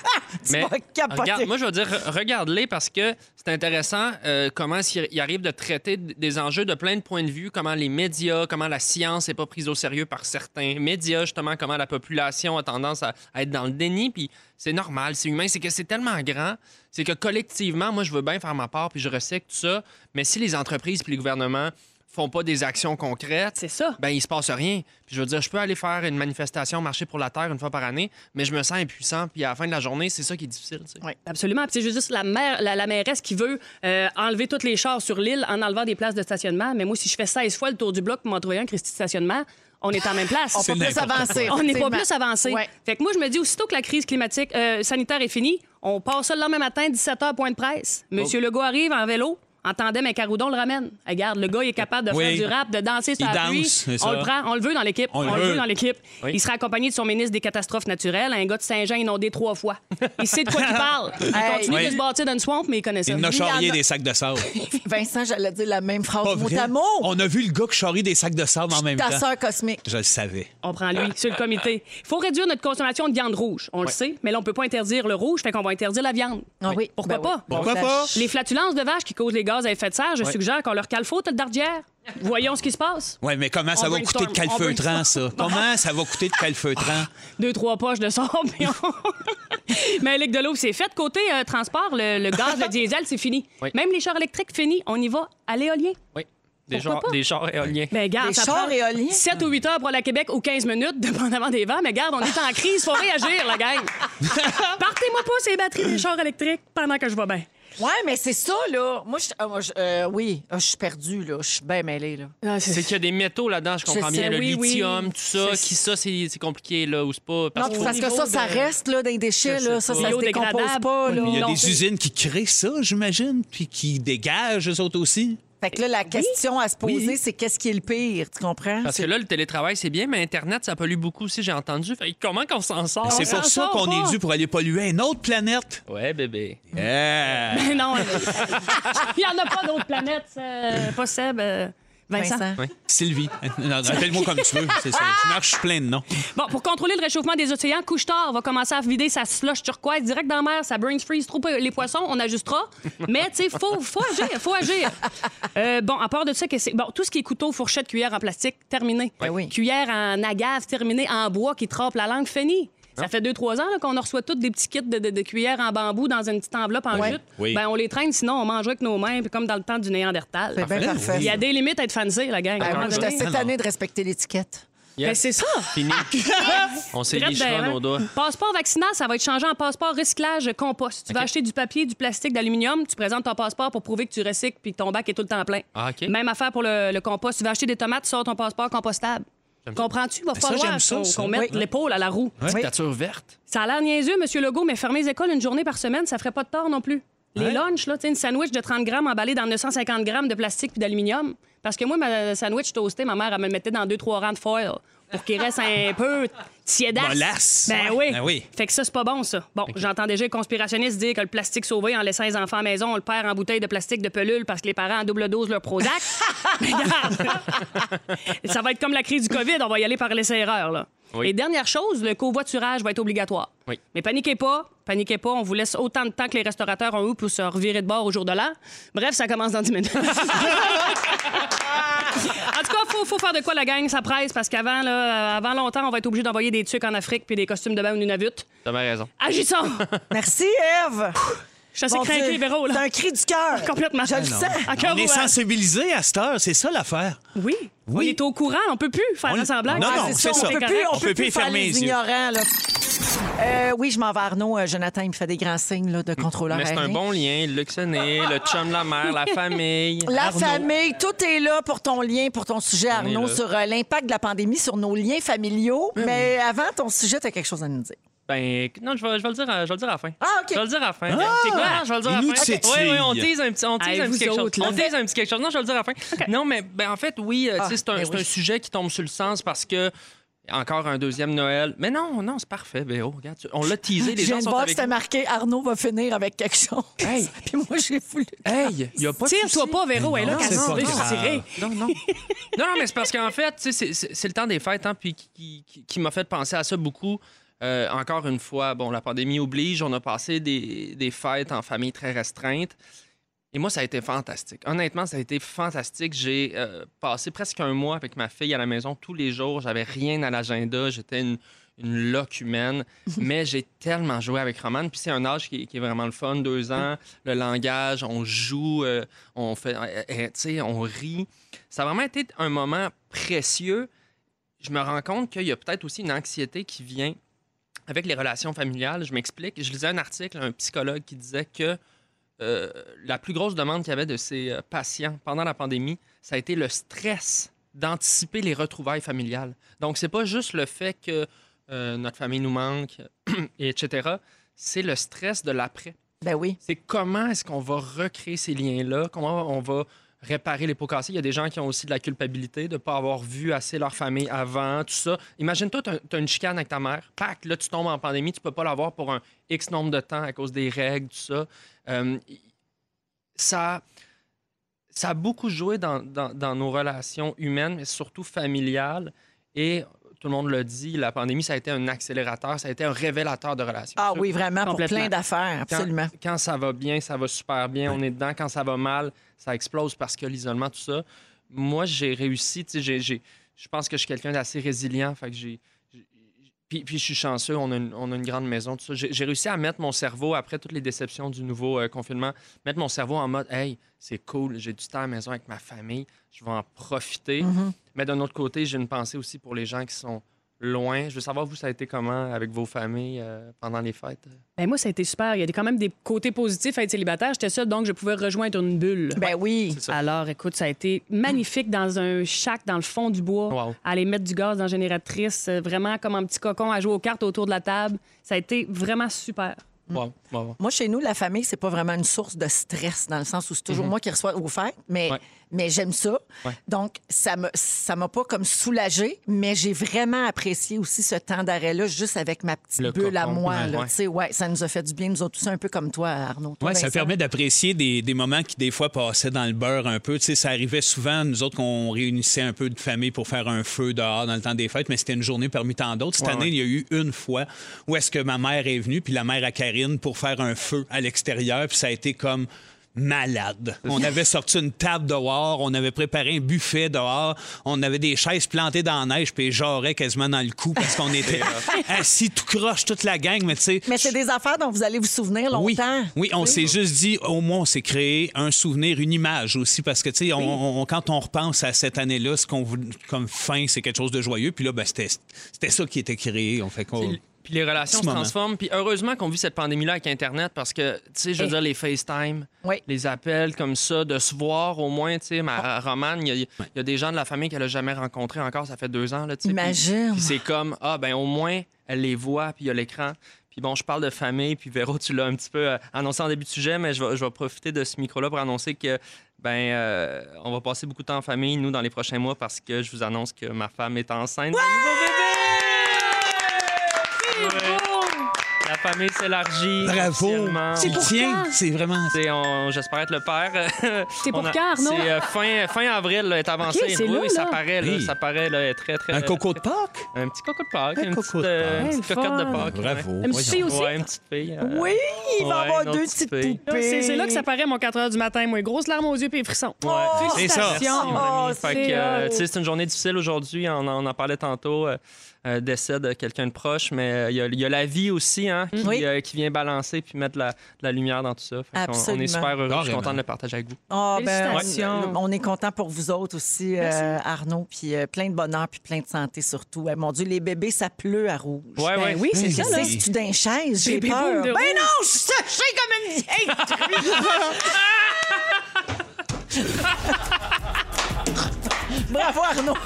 G: Mais
E: vas capoter.
G: regarde, moi, je veux dire, re- regarde-les parce que c'est intéressant euh, comment s'il- il arrive de traiter d- des enjeux de plein de points de vue, comment les médias, comment la science n'est pas prise au sérieux par certains médias, justement, comment la population a tendance à, à être dans le déni. Puis c'est normal, c'est humain, c'est que c'est tellement grand, c'est que collectivement, moi, je veux bien faire ma part, puis je recycle tout ça. Mais si les entreprises puis les gouvernements font pas des actions concrètes,
F: c'est ça.
G: Ben il se passe rien. Puis je veux dire, je peux aller faire une manifestation, marcher pour la terre une fois par année, mais je me sens impuissant. Puis à la fin de la journée, c'est ça qui est difficile. tu sais.
F: Absolument. Puis, tu sais, je veux juste la, maire, la, la mairesse qui veut euh, enlever toutes les chars sur l'île en enlevant des places de stationnement. Mais moi, si je fais 16 fois le tour du bloc pour m'en trouver un Christy de stationnement, on est en même place.
E: On peut C'est plus n'importe avancer, quoi.
F: On n'est pas
E: effectivement.
F: plus avancé.
E: Ouais.
F: Fait que moi, je me dis, aussitôt que la crise climatique euh, sanitaire est finie, on part ça le lendemain matin, 17h, point de presse. Monsieur
H: Oh.
F: Legault arrive en vélo. En tandem, un caroudon le ramène. Regarde, le gars, il est capable de
H: Oui.
F: faire du rap, de danser sur
H: Il
F: la
H: danse,
F: pluie.
H: c'est
F: On
H: ça.
F: le prend, on le veut dans l'équipe.
H: On le
F: le
H: veut.
F: veut dans l'équipe. Il sera accompagné de son ministre des Catastrophes naturelles, un gars de Saint-Jean inondé trois fois. Il sait de quoi
H: [laughs]
F: il parle. Il
E: Hey.
F: continue
H: Oui.
F: de se bâtir dans une swamp, mais il connaît ça.
H: Il en a
F: Lui,
H: charrié
F: en a-
H: des sacs de
E: [laughs]
H: sable.
E: Vincent, j'allais dire la même phrase.
H: Pas
E: mot
H: vrai.
E: à mot.
H: On a vu le gars qui charrie des sacs de sable en même
E: Ta
H: temps.
E: sœur cosmique.
H: Je le savais.
F: On prend lui sur le comité. Il faut réduire notre consommation de viande rouge. On le
H: Ouais.
F: sait, mais là, on peut pas interdire le rouge, fait qu'on va interdire la viande.
E: Ah oui.
F: Pourquoi
E: Ben oui.
F: pas?
E: Pourquoi Bon pas? flash.
F: Les flatulences de vaches qui causent les gaz à effet de serre, je
H: Ouais.
F: suggère qu'on leur cale faute, le dardière. Voyons ce qui se passe.
H: Oui, mais comment ça
F: On
H: va
F: brainstorm,
H: coûter de
F: on
H: calfeutrant, ça?
F: brainstorm.
H: Comment ça va
E: [laughs]
H: coûter de calfeutrant?
F: Deux, trois poches de sable. [laughs] puis on- Mais Ligue de l'eau, c'est fait. Côté euh, transport, le, le gaz, le diesel, c'est fini.
G: Oui.
F: Même les chars électriques, fini. On y va à l'éolien.
G: Oui. Des
F: Pourquoi
G: chars,
F: pas?
G: des chars éoliens.
F: Ben, garde,
E: Des
F: ça
E: chars
F: prend 7 ou 8 heures pour aller à Québec ou 15 minutes, dépendamment des vents. Mais garde, on est en crise, faut réagir, la gang. Partez-moi pas ces batteries des chars électriques pendant que je vais bien.
E: Ouais, mais c'est ça, là. Moi, je, ah, moi, je- euh, oui, Ah, je suis perdue, là. Je suis bien mêlée, là.
G: C'est qu'il y a des métaux là-dedans, je
E: Je
G: comprends
E: sais,
G: bien. Le
E: oui, oui.
G: lithium, tout ça, qui ça, c'est c'est compliqué, là, ou c'est pas.
E: Non, puis
G: qu'au
E: parce que
G: niveau
E: ça, ça
G: de-
E: reste là, dans les déchets.
G: Je
E: Là,
G: sais
E: ça,
G: pas.
E: ça se décompose
F: Biodégradable.
E: pas. Là.
H: Il y a
E: Non,
H: des usines qui créent ça, j'imagine, puis qui dégagent, eux autres aussi.
E: Fait que là, la question à se poser, c'est qu'est-ce qui est le pire, tu comprends?
G: Parce que là, le télétravail, c'est bien, mais Internet, ça pollue beaucoup aussi, j'ai entendu. Fait que comment qu'on s'en sort?
H: C'est pour ça qu'on est dû pour aller polluer une autre planète.
G: Ouais, bébé.
E: Ben,
H: Yeah.
F: Mais [laughs] [laughs] non, il n'y en a pas d'autres planètes. euh, pas Seb, euh, Vincent.
H: Ouais. Sylvie. [laughs] Non, non, Appelle-moi comme tu veux. C'est ça. Je marche plein de noms.
F: Bon, pour contrôler le réchauffement des océans, Couche-Tard va commencer à vider sa slush turquoise direct dans la mer. Ça brain freeze trop les poissons, on ajustera. Mais, tu sais, faut, faut agir, faut agir. Euh, bon, à part de ça, que c'est- bon, tout ce qui est couteau, fourchette, cuillère en plastique, terminé. Cuillère en agave, terminé. En bois qui trempe la langue, fini. Ça fait deux, trois ans là, qu'on en reçoit toutes des petits kits de, de- de cuillères en bambou dans une petite enveloppe en jute.
H: Oui.
F: Ben, on les traîne, sinon on mangerait avec nos mains, puis comme dans le temps du Néandertal.
G: Ah, ben
E: C'est bien Parfait. parfait.
F: Il y a des limites à être fancy, la gang. À
E: Ah,
F: un moment
E: moi, je suis
F: donné-
E: assez tannée de respecter l'étiquette.
G: Yes.
F: Ben, c'est ça.
E: [laughs]
G: Fini. On s'est
F: Drette
G: lichera
F: ben, hein.
G: nos doigts.
F: Passeport vaccinal, ça va être changé en passeport recyclage compost. Tu vas acheter du papier, du plastique, d'aluminium, tu présentes ton passeport pour prouver que tu recycles puis que ton bac est tout le temps plein.
G: Ah, OK.
F: Même affaire pour le, le compost. Tu vas acheter des tomates, tu sors ton passeport compostable. Comprends-tu? Il va
G: Ben, ça,
F: falloir
G: j'aime ça,
F: qu'on
G: ça.
F: qu'on mette
G: Oui.
F: l'épaule à la roue.
G: Dictature verte.
F: Ça a l'air niaiseux, M. Legault, mais fermer les écoles une journée par semaine, ça ferait pas de tort non plus. Les lunchs, là, tu sais, une sandwich de 30 grammes emballée dans 950 grammes de plastique puis d'aluminium. Parce que moi, ma sandwich toastée, ma mère, elle me le mettait dans deux, trois rangs de foil pour qu'il reste un
H: [laughs]
F: peu tiédasse.
H: Mollasse.
F: Ben
H: Ouais.
F: oui.
H: Ben oui.
F: Fait que ça, c'est pas bon, ça. Bon, j'entends déjà les conspirationnistes dire que le plastique sauvé en laissant les enfants à la maison, on le perd en bouteille de plastique de pelule parce que les parents en double dose leur Prozac.
H: [laughs]
F: Mais regarde, ça va être comme la crise du COVID, on va y aller par l'essai-erreur, là.
G: Oui.
F: Et dernière chose, le covoiturage va être obligatoire.
G: Oui.
F: Mais paniquez pas, paniquez pas, on vous laisse autant de temps que les restaurateurs ont eu pour se revirer de bord au jour de l'an. Bref, ça commence dans 10
H: [laughs]
F: minutes. en tout cas, faut, faut faire de quoi la gang, ça presse, parce qu'avant là, euh, avant longtemps, on va être obligé d'envoyer des tucs en Afrique puis des costumes de bain au Nunavut.
G: T'as bien raison.
F: Agissons!
E: [laughs] Merci, Eve.
F: Je suis assez
E: Mon Dieu,
F: craquée, Véro, Oh, là. Ah,
E: C'est un cri du cœur.
F: Complètement.
E: Je le
H: Non.
E: sens.
F: À cœur
H: On est
F: ouvert.
H: sensibilisés à cette heure. C'est ça l'affaire.
F: Oui. On
H: Oui.
F: est au courant, on peut plus faire
H: On-
F: un semblant.
H: Non,
F: Ah,
H: non, c'est ça.
E: On
F: est
E: peut
F: correct.
E: plus, on
H: On
E: peut
H: peut
E: plus
H: plus
E: faire
H: fermer
E: les
H: les yeux.
E: ignorants, là. Euh, oui, je m'en vais à Arnaud. Euh, Jonathan, il me fait des grands signes là, de contrôleur
G: Mais c'est un
E: aérien.
G: bon lien. Le hein, Luxonné, le chum, la
E: [laughs]
G: mère, la famille.
E: La
G: Arnaud.
E: famille, tout est là pour ton lien, pour ton sujet,
G: On est
E: Arnaud,
G: là.
E: sur euh, l'impact de la pandémie sur nos liens familiaux. Mais avant ton sujet, tu as quelque chose à nous dire.
G: Ben, non, je vais, je vais le dire à, je vais le dire à la fin.
E: Ah, OK.
G: Je vais le dire à la fin. C'est quoi? Je vais le dire à
H: il
G: la
H: nous
G: fin.
H: titille.
G: Oui, oui, on tease un petit, on tease
F: Hey,
G: un
F: vous
G: petit quelque
F: autres,
G: chose.
F: là.
G: On tease un petit quelque chose. Non, je vais le dire à la fin. Non, mais ben, en fait, oui, euh, tu
F: Ah,
G: sais, c'est un,
E: ben
G: c'est
E: oui.
G: un sujet qui tombe sur le sens parce que encore un deuxième Noël. Mais non, non, c'est parfait, Véro. Regarde, tu- on l'a teasé, les
E: je viens
G: gens
E: de
G: sont
E: voir que
G: avec
E: c'était marqué Arnaud va finir avec quelque chose. [laughs] Puis moi, j'ai voulu.
G: Hey, il y a pas de
F: Tire-toi
G: souci.
F: pas, Véro, elle est là,
H: Non,
F: qu'elle
H: c'est
F: se
H: pas
F: fait
H: grave.
F: tirer.
G: Non, non. non, non, mais c'est parce qu'en fait, tu sais, c'est- c'est c'est le temps des fêtes, hein, puis qui, qui- qui- qui m'a fait penser à ça beaucoup. Euh, encore une fois, bon, la pandémie oblige, on a passé des, des fêtes en famille très restreinte. Et moi, ça a été fantastique. Honnêtement, ça a été fantastique. J'ai euh, passé presque un mois avec ma fille à la maison tous les jours. J'avais rien à l'agenda. J'étais une, une loque humaine. Mais j'ai tellement joué avec Roman. Puis c'est un âge qui, est- qui est vraiment le fun. Deux ans, le langage, on joue, euh, on fait, euh, euh, tu sais, on rit. Ça a vraiment été un moment précieux. Je me rends compte qu'il y a peut-être aussi une anxiété qui vient avec les relations familiales. Je m'explique. Je lisais un article, un psychologue qui disait que euh, la plus grosse demande qu'il y avait de ses euh, patients pendant la pandémie, ça a été le stress d'anticiper les retrouvailles familiales. Donc, c'est pas juste le fait que euh, notre famille nous manque, [clears throat] etc. C'est le stress de l'après.
E: Ben oui.
G: C'est comment est-ce qu'on va recréer ces liens-là, comment on va réparer les pots cassés. Il y a des gens qui ont aussi de la culpabilité de ne pas avoir vu assez leur famille avant, tout ça. Imagine-toi, tu as une chicane avec ta mère, pac, là, tu tombes en pandémie, tu peux pas l'avoir pour un X nombre de temps à cause des règles, tout ça. Euh, y- ça, ça a beaucoup joué dans, dans- dans nos relations humaines, mais surtout familiales. Et tout le monde le dit, la pandémie, ça a été un accélérateur, ça a été un révélateur de relations.
E: Ah oui, vraiment, pour
G: Complètement.
E: plein d'affaires,
G: Quand-
E: absolument.
G: Quand, ça va bien, ça va super bien, on est dedans. Quand ça va mal, ça explose parce que l'isolement, tout ça. Moi, j'ai réussi. tu sais, j'ai- j'ai- Je pense que je suis quelqu'un d'assez résilient. Fait que j'ai. j'ai- Puis, puis je suis chanceux, on a une, on a une grande maison, tout ça. J'ai j'ai réussi à mettre mon cerveau, après toutes les déceptions du nouveau euh, confinement, mettre mon cerveau en mode Hey, c'est cool, j'ai du temps à la maison avec ma famille, je vais en profiter. Mais d'un autre côté, j'ai une pensée aussi pour les gens qui sont loin. Je veux savoir, vous, ça a été comment avec vos familles euh, pendant les fêtes?
F: Ben moi, ça a été super. Il y a des- quand même des côtés positifs à être célibataire. J'étais seule, donc je pouvais rejoindre une bulle.
E: Ben oui.
G: ça.
F: Alors, écoute, ça a été magnifique dans un chac, dans le fond du bois.
G: Wow.
F: Aller mettre du gaz dans la
E: Mm.
F: génératrice, euh, vraiment comme un petit cocon à jouer aux cartes autour de la table. Ça a été vraiment super.
G: Wow. Bon.
E: Moi, chez nous, la famille, c'est pas vraiment une source de stress, dans le sens où c'est toujours
G: Mhm.
E: moi qui reçois au fait, mais,
G: Ouais.
E: mais j'aime ça.
G: Ouais.
E: Donc, ça me, ça m'a pas comme soulagée, mais j'ai vraiment apprécié aussi ce temps d'arrêt-là, juste avec ma petite
H: Le
E: bulle à
H: cocon.
E: moi.
H: Ouais,
E: là,
H: ouais.
E: tu sais, ouais, ça nous a fait du bien, nous autres, tous, un peu comme toi, Arnaud. Toi,
H: Ouais, ça
E: Vincent?
H: permet d'apprécier des, des moments qui, des fois, passaient dans le beurre un peu. Tu sais, ça arrivait souvent, nous autres, qu'on réunissait un peu de famille pour faire un feu dehors dans le temps des fêtes, mais c'était une journée parmi tant d'autres. Cette
G: Ouais,
H: année,
G: ouais.
H: il y a eu une fois où est-ce que ma mère est venue, puis la mère à Karine, pour faire un feu à l'extérieur, puis ça a été comme malade. On avait sorti une table dehors, on avait préparé un buffet dehors, on avait des chaises plantées dans la neige, puis j'aurais quasiment dans le cou parce
G: [laughs]
H: qu'on était assis tout croche, toute la gang, mais tu sais,
E: Mais c'est des affaires dont vous allez vous souvenir
H: oui,
E: longtemps.
H: oui, on
E: Tu sais?
H: s'est juste dit, au moins, on s'est créé un souvenir, une image aussi, parce que, tu sais, on- on- quand on repense à cette année-là, ce qu'on voulait comme fin, c'est quelque chose de joyeux. Puis là, ben, c'était c'était ça qui était créé. On fait qu'on.
G: Puis puis les relations
H: Hum. Petit
G: se
H: moment.
G: transforment. Puis heureusement qu'on vit cette pandémie-là avec Internet parce que, tu sais, je veux
E: Eh.
G: dire, les FaceTime,
E: Oui.
G: les appels comme ça, de se voir au moins, tu sais, ma Romane, il y, a- il y a des gens de la famille qu'elle a jamais rencontrés encore, ça fait deux ans, là, tu sais. Puis-
E: Imagine.
G: puis c'est comme, ah, ben au moins, elle les voit, puis il y a l'écran. Puis bon, je parle de famille, puis Véro, tu l'as un petit peu euh, annoncé en début de sujet, mais je vais, je vais profiter de ce micro-là pour annoncer que, ben, euh, on va passer beaucoup de temps en famille, nous, dans les prochains mois, parce que je vous annonce que ma femme est enceinte. La famille s'élargit.
H: Bravo!
G: officiellement.
H: C'est
G: On-
H: tiens, c'est vraiment.
G: C'est- on- J'espère être le père.
F: C'est pour
G: [laughs] On a-
F: quand, Arnaud?
G: C'est euh, fin, fin avril, là, est avancé.
F: Ok, c'est
G: oui,
F: là,
G: oui, ça
F: là.
G: paraît, là,
H: Oui.
G: ça paraît là, très, très.
E: euh,
H: Un coco de Pâques?
G: Un petit coco de Pâques.
H: Un
G: une
H: coco
G: petite,
H: de
G: euh,
H: Pâques.
G: une petite cocotte de
F: Fun.
G: Pâques.
H: Bravo.
F: Une petite fille
H: voyons.
F: aussi?
G: Ouais, une petite fille. euh,
E: Oui, il va
G: ouais,
E: avoir
G: une
E: deux
G: autre
E: petites
G: petite fille.
E: poupées.
F: C'est c'est là que ça paraît, mon 4 h du matin, moi. Grosse larme aux yeux puis les frissons.
G: Ouais.
H: C'est ça.
G: Merci, mon ami.
E: Oh,
G: Fait
F: c'est
G: que, euh,
F: hot.
G: tu sais, c'est une journée difficile aujourd'hui. On, en- on en parlait tantôt. euh, euh, décès de quelqu'un de proche, mais euh, il y a- il y, a la vie aussi hein, qui,
E: Oui.
G: euh, qui vient balancer puis mettre de la, de la lumière dans tout ça. Fait qu'on- on,
E: Absolument.
G: est super heureux. Je suis
H: Carrément.
G: content de le partager avec vous.
E: Ah, ben,
F: Félicitations.
E: on, on est content pour vous autres aussi, euh, Arnaud, puis euh, plein de bonheur, puis plein de santé surtout. Eh, mon Dieu, les bébés, ça pleut à rouge.
G: Ouais, ouais.
F: Ben oui, c'est
E: Je
F: ça, là.
E: sais, si tu d'un chaise, j'ai
F: Bébé boom
E: peur.
F: de
E: Ben
F: rouge.
E: non, je suis sachée comme une
F: [laughs]
E: vieille truie. [laughs] Bravo, Arnaud.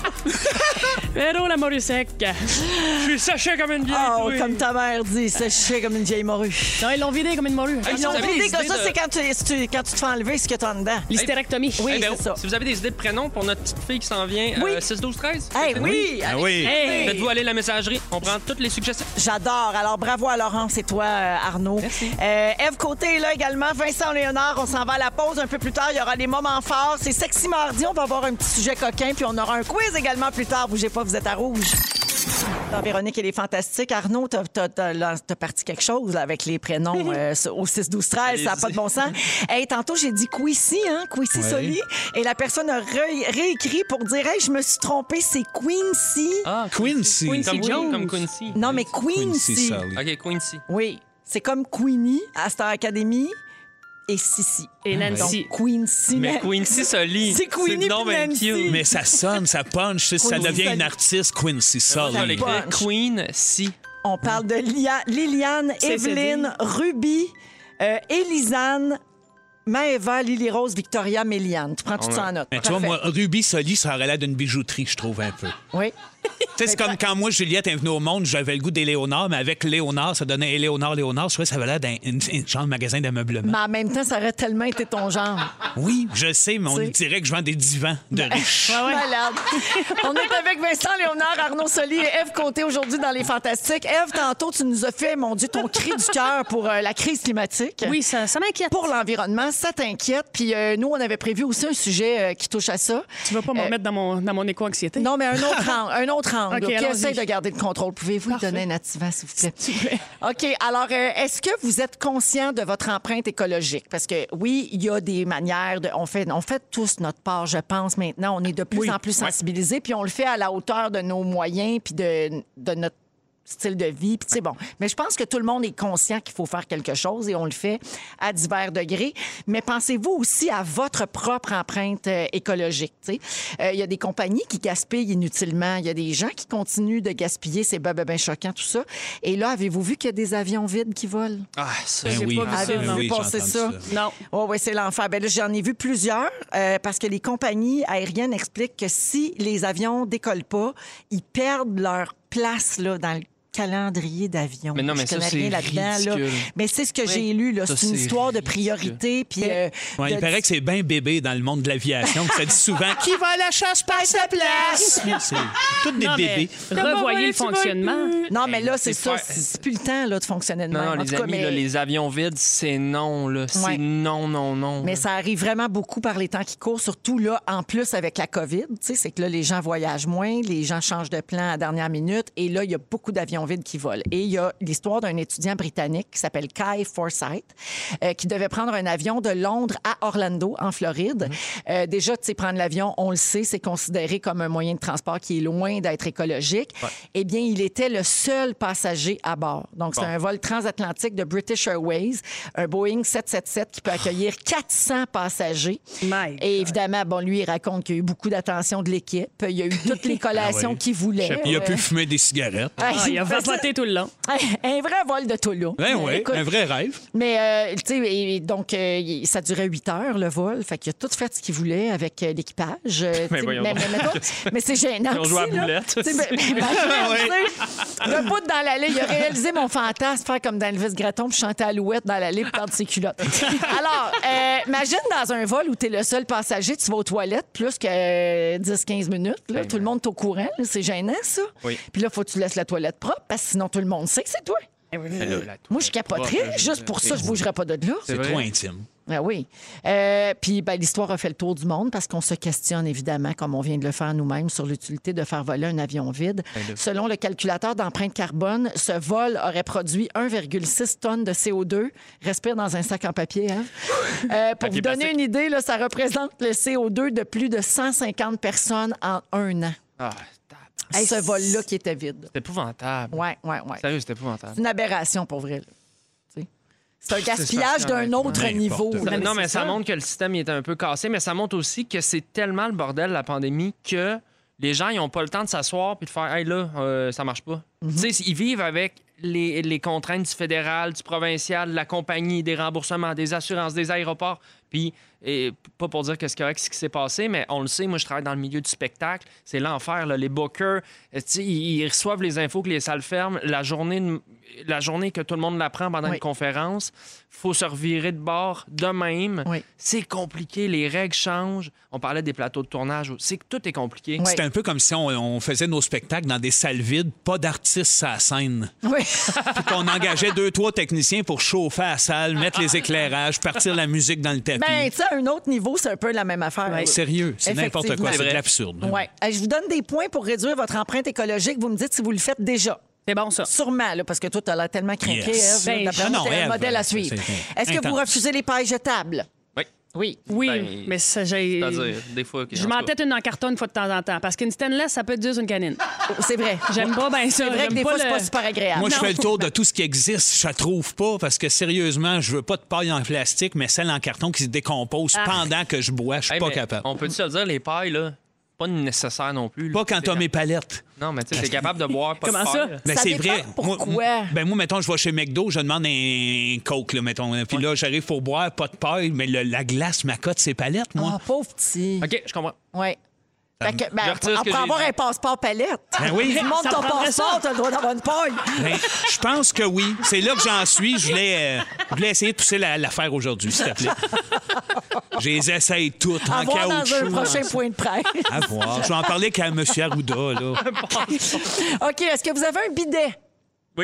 F: Véro, la morue sec. Je suis séché comme une vieille.
E: Oh,
F: truie.
E: comme ta mère dit, séchée comme une vieille morue.
F: Non, ils l'ont vidé comme une morue.
G: Hey,
E: Ils l'ont
G: vous avez
E: vidé
G: des
E: comme
G: idées
E: ça,
G: de-
E: c'est quand tu, si tu- quand tu te fais enlever ce que t'as en dedans.
F: L'hystérectomie.
E: Oui,
G: Eh ben,
E: c'est ça.
G: Si vous avez des idées de prénoms pour notre petite fille qui s'en vient,
E: Oui.
G: euh, 6, 12, 13.
E: Hey, oui,
H: Ah oui.
F: Hey.
G: Faites-vous aller à la messagerie. On prend toutes les suggestions.
E: J'adore. Alors, bravo à Laurence et toi, euh, Arnaud. Euh, Ève Côté est là également. Vincent Léonard, on s'en va à la pause un peu plus tard. Il y aura les moments forts. C'est Sexy Mardi. On va avoir un petit sujet coquin. Puis on aura un quiz également plus tard. Bougez pas, vous êtes à rouge. Alors, Véronique, elle est fantastique. Arnaud, t'as, t'as- t'as- là, t'as parti quelque chose là, avec les
G: [laughs]
E: prénoms euh, sur- au 6-12-13. Ça n'a
G: Allez-y.
E: pas de bon sens. Hey, tantôt, j'ai dit Quissy, hein? Quissy Soli. Et la personne a re- réécrit pour dire Hey, je me suis trompée, c'est Quincy.
G: Ah,
H: Quincy.
G: Comme,
F: Jones.
G: comme Quincy.
E: Non, mais
H: Quincy
E: Quincy.
H: Sally.
G: OK, Quincy.
E: Oui, c'est comme Queenie à Star Academy et Sissi.
F: Et Nancy.
E: Donc, Quincy.
G: Mais Quincy Soli.
E: C'est Queenie
G: non,
E: puis
G: mais
E: Nancy.
G: cute.
H: Mais ça sonne, ça punch, tu sais, ça
E: Quincy
H: devient
E: Sally.
H: une artiste, Quincy
G: On va
H: Sully.
G: l'écrire
E: punch.
G: Queen, si.
E: On parle de Lia- Liliane,
F: CCD.
E: Evelyne, Ruby, euh, Élisane, Maëva, Lily Rose, Victoria, Méliane. Tu prends tout
G: On
E: ça
G: a-
E: en note.
H: Mais tu vois,
E: Parfait.
H: moi, Ruby Soli, ça aurait l'air d'une bijouterie, je trouve, un peu.
E: Oui.
H: Tu sais, c'est comme quand moi, Juliette est venue au monde, j'avais le goût d'Éléonore, mais avec Léonard, ça donnait Éléonore, Léonard. Je trouvais que ça avait l'air d'un un genre de magasin d'ameublement.
E: Mais en même temps, ça aurait tellement été ton genre.
F: Bah.
H: Oui, je sais, mais on
E: C'est-
H: dirait que je vends des divans de riches. [laughs]
E: Malade. On est avec Vincent Léonard, Arnaud Soli et Eve Côté aujourd'hui dans Les Fantastiques. Eve, tantôt, tu nous as fait, mon Dieu, ton cri du cœur pour euh, la crise climatique.
F: Oui, ça, ça m'inquiète.
E: pour l'environnement, ça t'inquiète. Puis euh, nous, on avait prévu aussi un sujet euh, qui touche à ça.
F: Tu vas pas me remettre dans mon, dans mon éco-anxiété?
E: Non, mais un
F: [laughs]
E: autre angle. Un autre angle.
F: OK,
E: OK,
F: allons-y.
E: essaye de garder le contrôle. Pouvez-vous lui donner un activant, s'il vous plaît?
F: plaît.
E: [laughs] OK. Alors, euh, est-ce que vous êtes conscient de votre empreinte écologique? Parce que, oui, il y a des manières de. On fait, on fait tous notre part, je pense, maintenant. On est de plus en plus sensibilisés, puis on le fait à la hauteur de nos moyens, puis de, de notre style de vie, puis tu sais, bon. Mais je pense que tout le monde est conscient qu'il faut faire quelque chose et on le fait à divers degrés. Mais pensez-vous aussi à votre propre empreinte euh, écologique, tu sais. Euh, Il y a des compagnies qui gaspillent inutilement. Il y a des gens qui continuent de gaspiller. C'est ben, ben, ben choquant, tout ça. Et là, avez-vous vu qu'il y a des avions vides qui volent?
G: Ah, ça,
H: Ben
F: J'ai
H: oui,
F: pas
H: ben
F: vu ça, non.
H: oui, j'ai
E: Pensez
H: entendu
E: ça.
F: Non.
E: Oui, oui, c'est l'enfer. Ben là, j'en ai vu plusieurs euh, parce que les compagnies aériennes expliquent que si les avions décollent pas, ils perdent leur place là, dans le calendrier d'avion.
G: Mais non, mais
E: je
G: ça,
E: connais
G: c'est
E: rien là-dedans. là.
G: ridicule.
E: Mais c'est ce que
G: Oui.
E: j'ai lu. là.
G: Ça,
E: C'est une
G: c'est
E: histoire de
G: ridicule.
E: priorité. Puis, euh,
H: Ouais, il
E: de-
H: paraît que c'est bien bébé dans le monde de l'aviation. que Ça dit souvent
F: [laughs]
H: qui va à la chasse par sa place. C'est toutes des
F: Non, mais
H: bébés.
F: Revoyez le fonctionnement.
E: Non, mais là, c'est
G: c'est
E: ça.
G: pas-
E: C'est c'est plus le temps là, de fonctionner de
G: Non,
E: même.
G: non,
E: En
G: les
E: tout
G: amis,
E: cas,
G: là,
E: mais-
G: les avions vides, c'est non, là.
E: Ouais.
G: C'est non, non, non.
E: Mais
G: là.
E: ça arrive vraiment beaucoup par les temps qui courent, surtout là, en plus avec la COVID. Tu sais, c'est que là, les gens voyagent moins, les gens changent de plan à dernière minute, et là, il y a beaucoup d'avions vides qui volent. Et il y a l'histoire d'un étudiant britannique qui s'appelle Kai Forsyth, euh, qui devait prendre un avion de Londres à Orlando, en Floride. Euh, déjà, tu sais, prendre l'avion, on le sait, c'est considéré comme un moyen de transport qui est loin d'être écologique. Eh bien, il était le seul passager à bord. Donc, c'est
G: Bon.
E: un vol transatlantique de British Airways, un Boeing 777 qui peut accueillir 400 passagers.
F: My
E: Et évidemment, bon, lui, il raconte qu'il y a eu beaucoup d'attention de l'équipe. Il y a eu toutes les collations
H: Ah oui.
E: qu'il voulait.
H: Il a
E: Euh,
H: pu fumer des cigarettes.
E: ah,
F: Ah, il a
E: [laughs] fait ça.
F: vapoté tout le long.
E: Un vrai vol de Toulouse.
H: Ben oui,
E: Écoute,
H: un vrai rêve.
E: mais euh, tu sais, et- et donc euh, il- ça durait huit heures le vol, fait qu'il a tout fait ce qu'il voulait avec euh, l'équipage.
G: [laughs]
E: euh, tu sais, mais
G: voyons
E: mais,
G: donc. [laughs]
E: mettons, mais c'est gênant.
G: Ils ont joué à
E: aussi, là.
G: boulette.
E: Tu sais, ben, ben,
G: [laughs]
E: imagine, tu sais, Le bout dans l'allée, il a réalisé mon fantasme, faire comme dans Elvis Gratton, puis chanter Alouette dans l'allée pour perdre ses
G: [laughs]
E: culottes. Alors, euh, imagine dans un vol où t'es le seul passager, tu vas aux toilettes plus que euh, 10-15 minutes. là. tout le monde est au courant, là, c'est gênant ça.
G: Oui.
E: Puis là, faut que tu laisses la toilette propre, parce que sinon tout le monde sait que c'est toi.
G: Ben là, la tour-
E: Moi, je capoterais. Juste pour ça, je bougerais pas de là.
H: C'est
G: vrai.
H: trop intime.
E: Ah oui. Euh, puis ben, l'histoire a fait le tour du monde parce qu'on se questionne évidemment, comme on vient de le faire nous-mêmes, sur l'utilité de faire voler un avion vide.
G: Ben
E: Selon le calculateur d'empreinte carbone, ce vol aurait produit 1,6 tonnes de CO2. Respire dans un sac en papier.
G: [laughs]
E: Hein? Euh, pour vous
G: Papier
E: donner
G: plastique.
E: une idée, là, ça représente le CO2 de plus de 150 personnes en un an.
G: Ah, tab-
E: ce vol-là qui était vide.
G: c'est épouvantable.
E: Ouais, ouais, ouais.
G: Sérieux, c'est épouvantable.
E: C'est une aberration pour vrai. là. Tu sais. C'est un
G: C'est ça,
E: gaspillage d'un
G: honnêtement.
E: autre niveau.
H: N'importe
E: là.
G: non, mais
E: c'est
G: ça, montre que le système il est un peu cassé, mais ça montre aussi que c'est tellement le bordel, la pandémie, que les gens, ils n'ont pas le temps de s'asseoir puis de faire Hey, là, euh, ça marche pas. Tu sais, ils vivent avec les, les contraintes du fédéral, du provincial, de la compagnie, des remboursements, des assurances, des aéroports. Puis, et pas pour dire que c'est correct ce qui s'est passé, mais on le sait, moi, je travaille dans le milieu du spectacle. C'est l'enfer, là. Les bookers, euh, tu sais, ils, ils reçoivent les infos que les salles ferment. La journée, de- la journée que tout le monde l'apprend pendant
E: Oui.
G: une conférence, faut se revirer de bord de même.
E: Oui.
G: C'est compliqué, les règles changent. On parlait des plateaux de tournage, c'est que tout est compliqué.
E: Oui.
H: C'est un peu comme si on, on faisait nos spectacles dans des salles vides, pas d'artistes à la scène.
E: Oui.
H: Puis qu'on engageait deux, trois techniciens pour chauffer la salle, mettre les éclairages, partir la musique dans le tapis.
E: Ben, tu sais, à un autre niveau, c'est un peu la même affaire.
H: Ouais, sérieux, c'est n'importe quoi, c'est de
E: Effectivement.
H: l'absurde.
E: Ouais. Euh, Je vous donne des points pour réduire votre empreinte écologique. Vous me dites si vous le faites déjà.
F: C'est bon, ça.
E: Sûrement, là, parce que toi, tu as l'air tellement craqué,
H: Yes.
E: Ève, là,
F: Ben,
E: d'après
H: ah
E: moi,
H: non,
E: c'est un
H: Ève,
E: modèle à
H: c'est-
E: suivre.
H: c'est
E: Est-ce que vous
H: intense.
E: refusez les pailles jetables?
G: Oui.
E: Oui.
F: Oui,
G: Ben,
F: mais ça, j'ai.
G: C'est-à-dire, des fois, que-
F: Je
G: en tout cas.
F: m'entête une en carton une fois de temps en temps parce qu'une stainless, ça peut être dur sur une canine.
E: Oh, C'est vrai.
F: J'aime pas bien ça.
E: C'est vrai que
F: j'aime
E: des fois,
F: pas le-
E: c'est pas super agréable.
H: Moi, je
F: Non.
H: fais le tour de tout ce qui existe. Je la trouve pas parce que sérieusement, je veux pas de paille en plastique, mais celle en carton qui se décompose
E: Ah.
H: pendant que je bois. Je suis
G: Hey,
H: pas
G: mais
H: capable.
G: On peut-tu se le dire, les pailles, là, pas nécessaire non plus. là.
H: Pas quand
G: T'es
H: t'as mes
G: cap-
H: palettes.
G: Non, mais tu sais, t'es capable de boire, pas de
F: Comment ça?
G: paille.
H: Ben,
E: Ça
H: c'est
E: dépend
H: vrai.
E: pourquoi.
H: Moi, ben moi, mettons, je vais chez McDo, je demande un Coke, là, mettons. hein. Puis là, j'arrive pour boire, pas de paille, mais le- la glace m'accote ses palettes,
E: Ah,
H: moi.
E: pauvre petit.
G: OK, je comprends.
E: Oui. Fait que, ben,
G: je retire ce que
E: après
G: j'ai
E: avoir
G: dit.
E: un passeport palette,
H: Ben oui.
E: tu montes
F: Ça
E: ton
F: prendrait ça.
E: passeport, t'as le droit d'avoir une paille.
H: Ben, je pense que oui. C'est là que j'en suis. Je voulais, euh, je voulais essayer de pousser la- l'affaire aujourd'hui, s'il te plaît. Je les essaye toutes
E: À
H: en
E: voir dans
H: caoutchouc.
E: un prochain point de presse.
H: [laughs] À voir. Je vais en parler qu'à M. Arruda, là.
E: OK, est-ce que vous avez un bidet?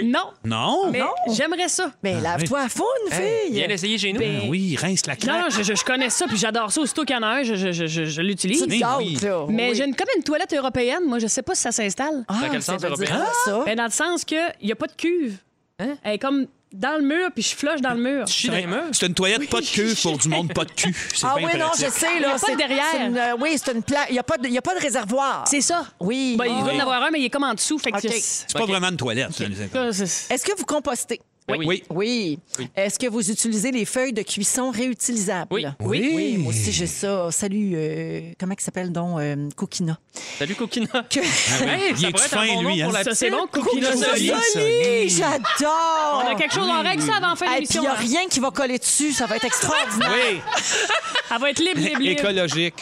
F: Non,
H: Non?
F: mais j'aimerais ça.
E: Ben, lave-toi à faune,
G: Hey,
E: fille.
G: viens l'essayer chez nous.
H: Ben oui, rince la
F: Non,
H: claque.
F: non, je, je- je connais ça, puis j'adore ça. Aussitôt qu'il y en a un, je, je- je- je- je l'utilise.
E: Tu te
H: Mais
E: gâtes,
H: oui.
E: là.
F: Mais
E: Oui.
F: j'ai une, comme une toilette européenne. Moi, je sais pas si ça s'installe.
E: Ah,
G: Dans quel
E: ça
G: sens
E: veut
G: européen?
E: dire ça?
F: Ben, dans le sens qu'il n'y a pas de cuve.
E: Hein?
F: Elle est comme dans le mur, puis je flush dans le mur.
G: Chie dans les murs.
H: C'est une toilette pas de queue pour du monde pas de cul. C'est
E: Ah
H: bien
E: oui, non,
H: pratique.
E: je sais.
F: y a
E: là,
F: pas
E: c'est-
F: de derrière.
E: c'est une, euh, oui, c'est une plaque. Il n'y a, pas de- il y a pas de réservoir.
F: C'est ça.
E: Oui.
F: Ben, il doit
H: oui.
F: en avoir un, mais il est comme en dessous. Fait que
E: Ah. OK.
F: c'est-
H: C'est pas vraiment une toilette. ça, les enfants.
F: c'est-
E: Est-ce que vous compostez?
G: Ben oui.
E: Oui. Est-ce que vous utilisez les feuilles de cuisson réutilisables?
G: Oui.
E: Oui, moi aussi, j'ai ça. Salut, euh, comment il s'appelle donc? euh, Coquina.
G: Salut, Coquina.
E: Que-
G: Hey,
H: Il
G: Ah ça
H: est
G: pourrait être
H: fin,
G: un bon
H: lui,
G: nom
H: hein?
G: pour la
F: Ça, c'est bon,
G: petite.
F: Coquina
G: Coquina
F: Soli.
H: Solide.
E: Soli, j'adore!
F: On a quelque chose, on règle ça avant la fin de
E: Et puis, il
F: l'émission.
E: n'y a
F: hein. [laughs]
E: rien qui va coller dessus. Ça va être extraordinaire.
H: Oui,
F: Elle va être libre, libre,
H: [laughs]
F: libre.
H: écologique.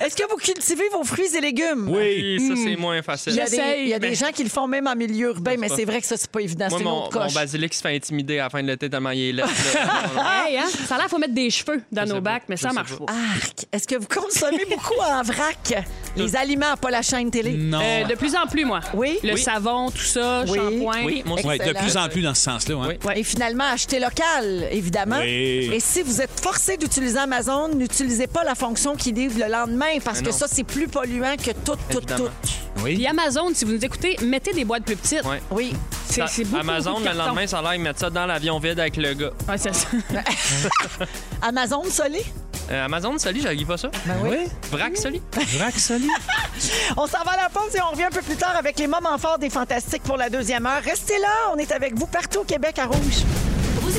E: Est-ce que vous cultivez vos fruits et légumes?
G: Oui. Ça, c'est moins facile.
E: Il y a, des, il y a des
F: Ben,
G: Mais-
E: gens qui le font même en milieu urbain, mais
G: pas-
E: c'est vrai que ça, c'est pas évident.
G: Moi,
E: C'est une
G: mon,
E: autre
G: mon
E: coche.
G: basilic se fait intimider à la fin de l'été tellement il
F: [laughs]
G: est laid. là.
E: Ah!
F: Hey, hein? Ça a l'air, faut mettre des cheveux dans nos
G: sais
F: bacs,
G: pas,
F: mais
G: je
F: ça
G: sais
F: marche
G: pas.
F: pas.
E: Arc, est-ce que vous consommez beaucoup en vrac?
G: [laughs]
E: Les aliments, pas la chaîne télé.
H: Non.
F: Euh, de plus en plus, moi.
E: Ah, Oui?
F: Le
E: Oui.
F: savon, tout ça,
E: Oui.
F: shampoing.
G: oui, moi aussi.
H: Ouais, de
E: excellent.
H: plus en plus dans ce sens-là. hein? ouais.
G: Oui.
E: Et finalement, acheter local, évidemment.
H: Oui.
E: Et si vous êtes forcé d'utiliser Amazon, n'utilisez pas la fonction qui livre le lendemain parce
G: Mais
E: que
G: non.
E: ça, c'est plus polluant que tout, tout,
G: Évidemment.
E: tout.
F: Puis Amazon, si vous nous écoutez, mettez des boîtes plus petites.
G: Ouais.
E: Oui.
F: C'est c'est beaucoup,
G: Amazon,
F: beaucoup de
G: le
F: cartons.
G: lendemain, ça a l'air, ils mettent ça dans l'avion vide avec le gars.
F: Ouais, c'est ça.
E: Amazon, solé?
G: Euh, Amazon, salut, j'arrive pas ça.
H: Oui.
G: Vrac, salut.
H: Vrac solide.
E: On s'en va à la pause et on revient un peu plus tard avec les moments forts des Fantastiques pour la deuxième heure. Restez là, on est avec vous partout au Québec à Rouge.
B: Vous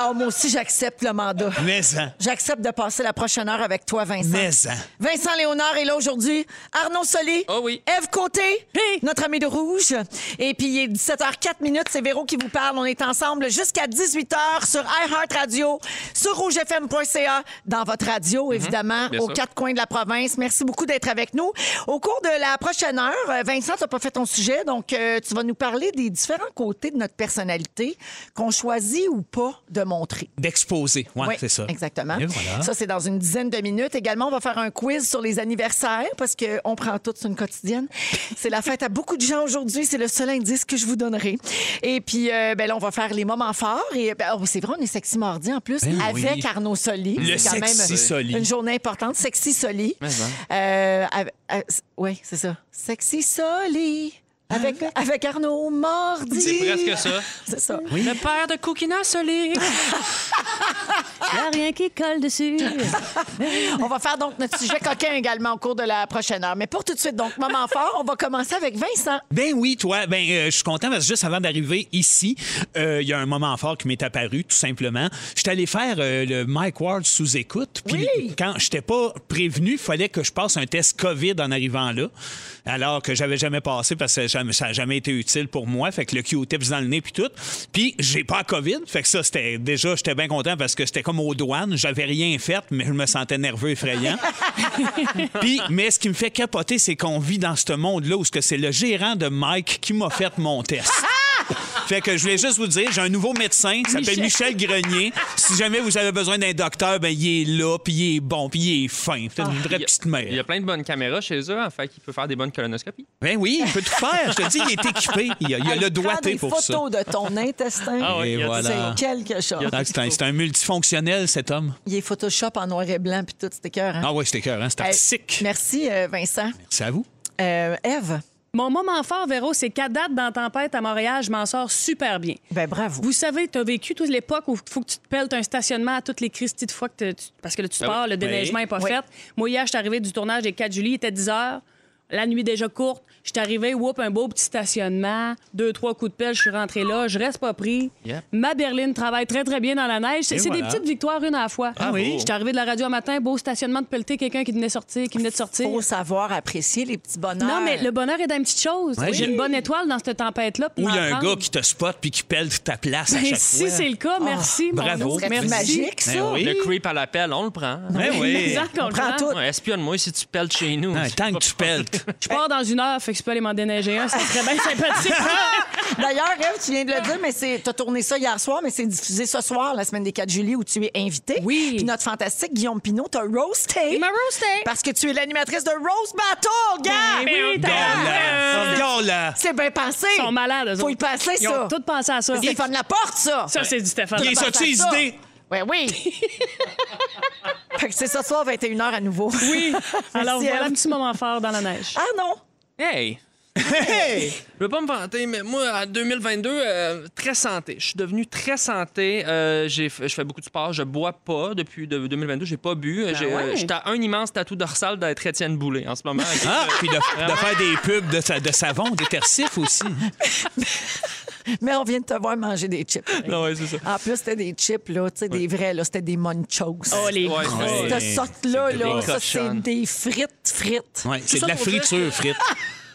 E: Ah, moi aussi, j'accepte le mandat.
H: Mais hein,
E: J'accepte de passer la prochaine heure avec toi, Vincent.
H: mais hein.
E: Vincent Léonard est là aujourd'hui. Arnaud Solé.
G: Oh oui.
E: Ève Côté. Notre ami de rouge. Et puis, il est 17h04 minutes. C'est Véro qui vous parle. On est ensemble jusqu'à 18h sur iHeartRadio, sur rougefm.ca, dans votre radio, évidemment,
G: Mhm. bien
E: aux
G: sûr.
E: quatre coins de la province. Merci beaucoup d'être avec nous. Au cours de la prochaine heure, euh, Vincent, tu pas fait ton sujet, donc euh, tu vas nous parler des différents côtés de notre personnalité qu'on choisit ou pas de montrer.
H: D'exposer. Ouais,
E: Oui,
H: c'est ça.
E: Exactement.
H: Et voilà.
E: Ça, c'est dans une dizaine de minutes. Également, on va faire un quiz sur les anniversaires parce qu'on prend toutes une
H: [laughs]
E: quotidienne. C'est la fête à beaucoup de gens aujourd'hui. C'est le seul indice que je vous donnerai. Et puis, euh, ben là, on va faire les moments forts. Et ben, oh, c'est vrai, on est sexy mardi en plus
H: Ben oui.
E: avec Arnaud Soli.
H: Le
E: C'est quand
H: sexy
E: même
H: Soli. Ben
E: Une journée importante. Sexy Soli. Euh,
G: Mais hein.
E: oui, c'est ça. Sexy Soli. Avec, avec Arnaud Mardi.
G: C'est presque ça.
E: C'est ça.
G: Le père de Coquina Solé.
F: Y a rien qui colle dessus.
E: On va faire donc notre sujet coquin également au cours de la prochaine heure. Mais pour tout de suite, donc, moment fort, on va commencer avec Vincent.
H: Ben oui, toi, ben euh, je suis content parce que juste avant d'arriver ici, euh, il y a un moment fort qui m'est apparu, tout simplement. J'étais allé faire euh, le Mike Ward sous écoute, puis
E: Oui.
H: quand j'étais pas prévenu, il fallait que je passe un test COVID en arrivant là, alors que j'avais jamais passé parce que ça n'a jamais été utile pour moi, fait que le Q-tips dans le nez puis tout. Puis j'ai pas la COVID, fait que ça c'était déjà j'étais bien content parce que c'était comme aux douanes, j'avais rien fait, mais je me sentais nerveux,
E: [laughs]
H: effrayant. Puis, mais ce qui me fait capoter, c'est qu'on vit dans ce monde-là où ce que c'est le gérant de Mike qui m'a fait mon
G: [laughs]
H: test. Fait que je voulais juste vous dire, j'ai un nouveau médecin qui s'appelle Michel Grenier. Si jamais vous avez besoin d'un docteur, ben il est là, puis il est bon, puis il est fin. C'est une vraie
G: Ah, Il y a-
H: petite
G: Il y a
H: mère.
G: plein de bonnes caméras chez eux, en fait, qu'il peut faire des bonnes colonoscopies.
H: Ben oui, il peut tout faire. Je te dis, il est équipé. Il a, il a le doigté
E: des
H: pour ça.
E: photos
H: [laughs]
E: de ton intestin.
G: Ah ouais,
H: Et
G: il y a-
H: voilà.
E: C'est quelque chose.
H: Donc, C'est un, c'est un multifonctionnel, cet homme.
E: Il est Photoshop en noir et blanc, puis tout, c'était cœur.
H: Ah oui, c'était cœur, hein? C'est artistique.
E: Merci, euh, Vincent.
H: C'est à vous.
E: Euh, Ève,
F: Mon moment fort, Véro, c'est qu'à date, dans Tempête à Montréal, je m'en sors super bien.
E: ben bravo.
F: Vous savez, tu as vécu toute l'époque où il faut que tu te pelles un stationnement à toutes les cristies de fois que te- tu- parce que
H: Ah
F: là, tu te pars, le déneigement n'est pas
E: Oui.
F: fait. Moi, hier, je suis arrivée du tournage des 4 juillet, il était 10 heures. La nuit déjà courte, je suis arrivée, whoop, un beau petit stationnement, deux, trois coups de pelle, je suis rentrée là, je reste pas pris.
G: Yep.
F: Ma berline travaille très, très bien dans la neige. C'est
H: Et
F: c'est
H: voilà.
F: des petites victoires une à la fois.
H: Ah oui.
F: Je suis arrivée de la radio un matin, beau stationnement de pelleter quelqu'un qui venait sortir, qui venait de sortir.
E: Faut savoir apprécier les petits bonheurs.
F: Non, mais le bonheur est dans une petite chose.
H: Oui.
F: J'ai une bonne étoile dans cette tempête-là. pour
H: Ou il y a un
F: m'entendre.
H: gars qui te spot puis qui pèle ta place à
F: Ben,
H: chaque
F: si
H: fois.
F: c'est le cas, merci. mon
H: bravo.
F: Dieu.
H: C'est
E: C'est
F: Merci.
E: magique, ça.
H: Ben oui.
G: Le creep à l'appel, on le prend.
H: Ben oui.
F: Exact, on le
E: prend
F: prend.
E: tout.
G: Ouais, Espionne-moi si tu pelles chez nous.
H: Ouais, Hein, tant que tu peltes.
F: Je pars dans une heure, fait que je peux aller m'en déneiger un. Ça serait bien sympathique.
E: D'ailleurs, Ève, tu viens de le dire, mais c'est, t'as tourné ça hier soir, mais c'est diffusé ce soir, la semaine des 4 juillet, où tu es invité.
F: Oui.
E: Puis notre fantastique Guillaume Pinot t'a roasté.
F: Il m'a roasté.
E: Parce que tu es l'animatrice de Rose Battle, gars!
F: Ben oui, t'as
H: Regarde-la. Regarde-la.
E: C'est bien pensé.
F: Ils sont malades, eux
E: Faut y
F: autres.
E: passer,
F: [laughs] Ils
E: ça.
F: ont tous pensé à ça.
E: C'est Stéphane Laporte, ça.
F: Ça, c'est du Stéphane.
H: Il est sorti les
E: ça.
H: idées.
E: Ouais,
F: [laughs]
E: oui. fait que c'est ce soir, 21h à nouveau. Oui.
F: Alors, voilà un petit moment fort dans la neige.
E: [laughs] Ah non.
G: Hey! Je veux pas me vanter, mais moi, en 2022, euh, très santé. Je suis devenu très santé. Euh, j'ai f- je fais beaucoup de sport. Je bois pas depuis de- 2022. J'ai pas bu. J'ai euh,
F: ouais.
G: j'étais à un immense tatou dorsal d'être Étienne Boulay en ce moment.
H: Ah, puis de, de faire des pubs de, sa- de savon, d'étersif aussi.
E: Mais on vient de te voir manger des chips.
G: [laughs] Non, ouais, c'est ça.
E: En plus, c'était des chips, là, tu sais, des vrais, là. C'était des munchos.
F: Oh, les
G: Ouais,
F: gros.
G: ouais.
E: Cette sorte-là,
H: C'est
E: là,
H: des
E: ça, c'est
G: cochonnes.
E: des frites frites.
H: Ouais, c'est
G: ça
H: de la
G: pour dire-
H: friture, frite.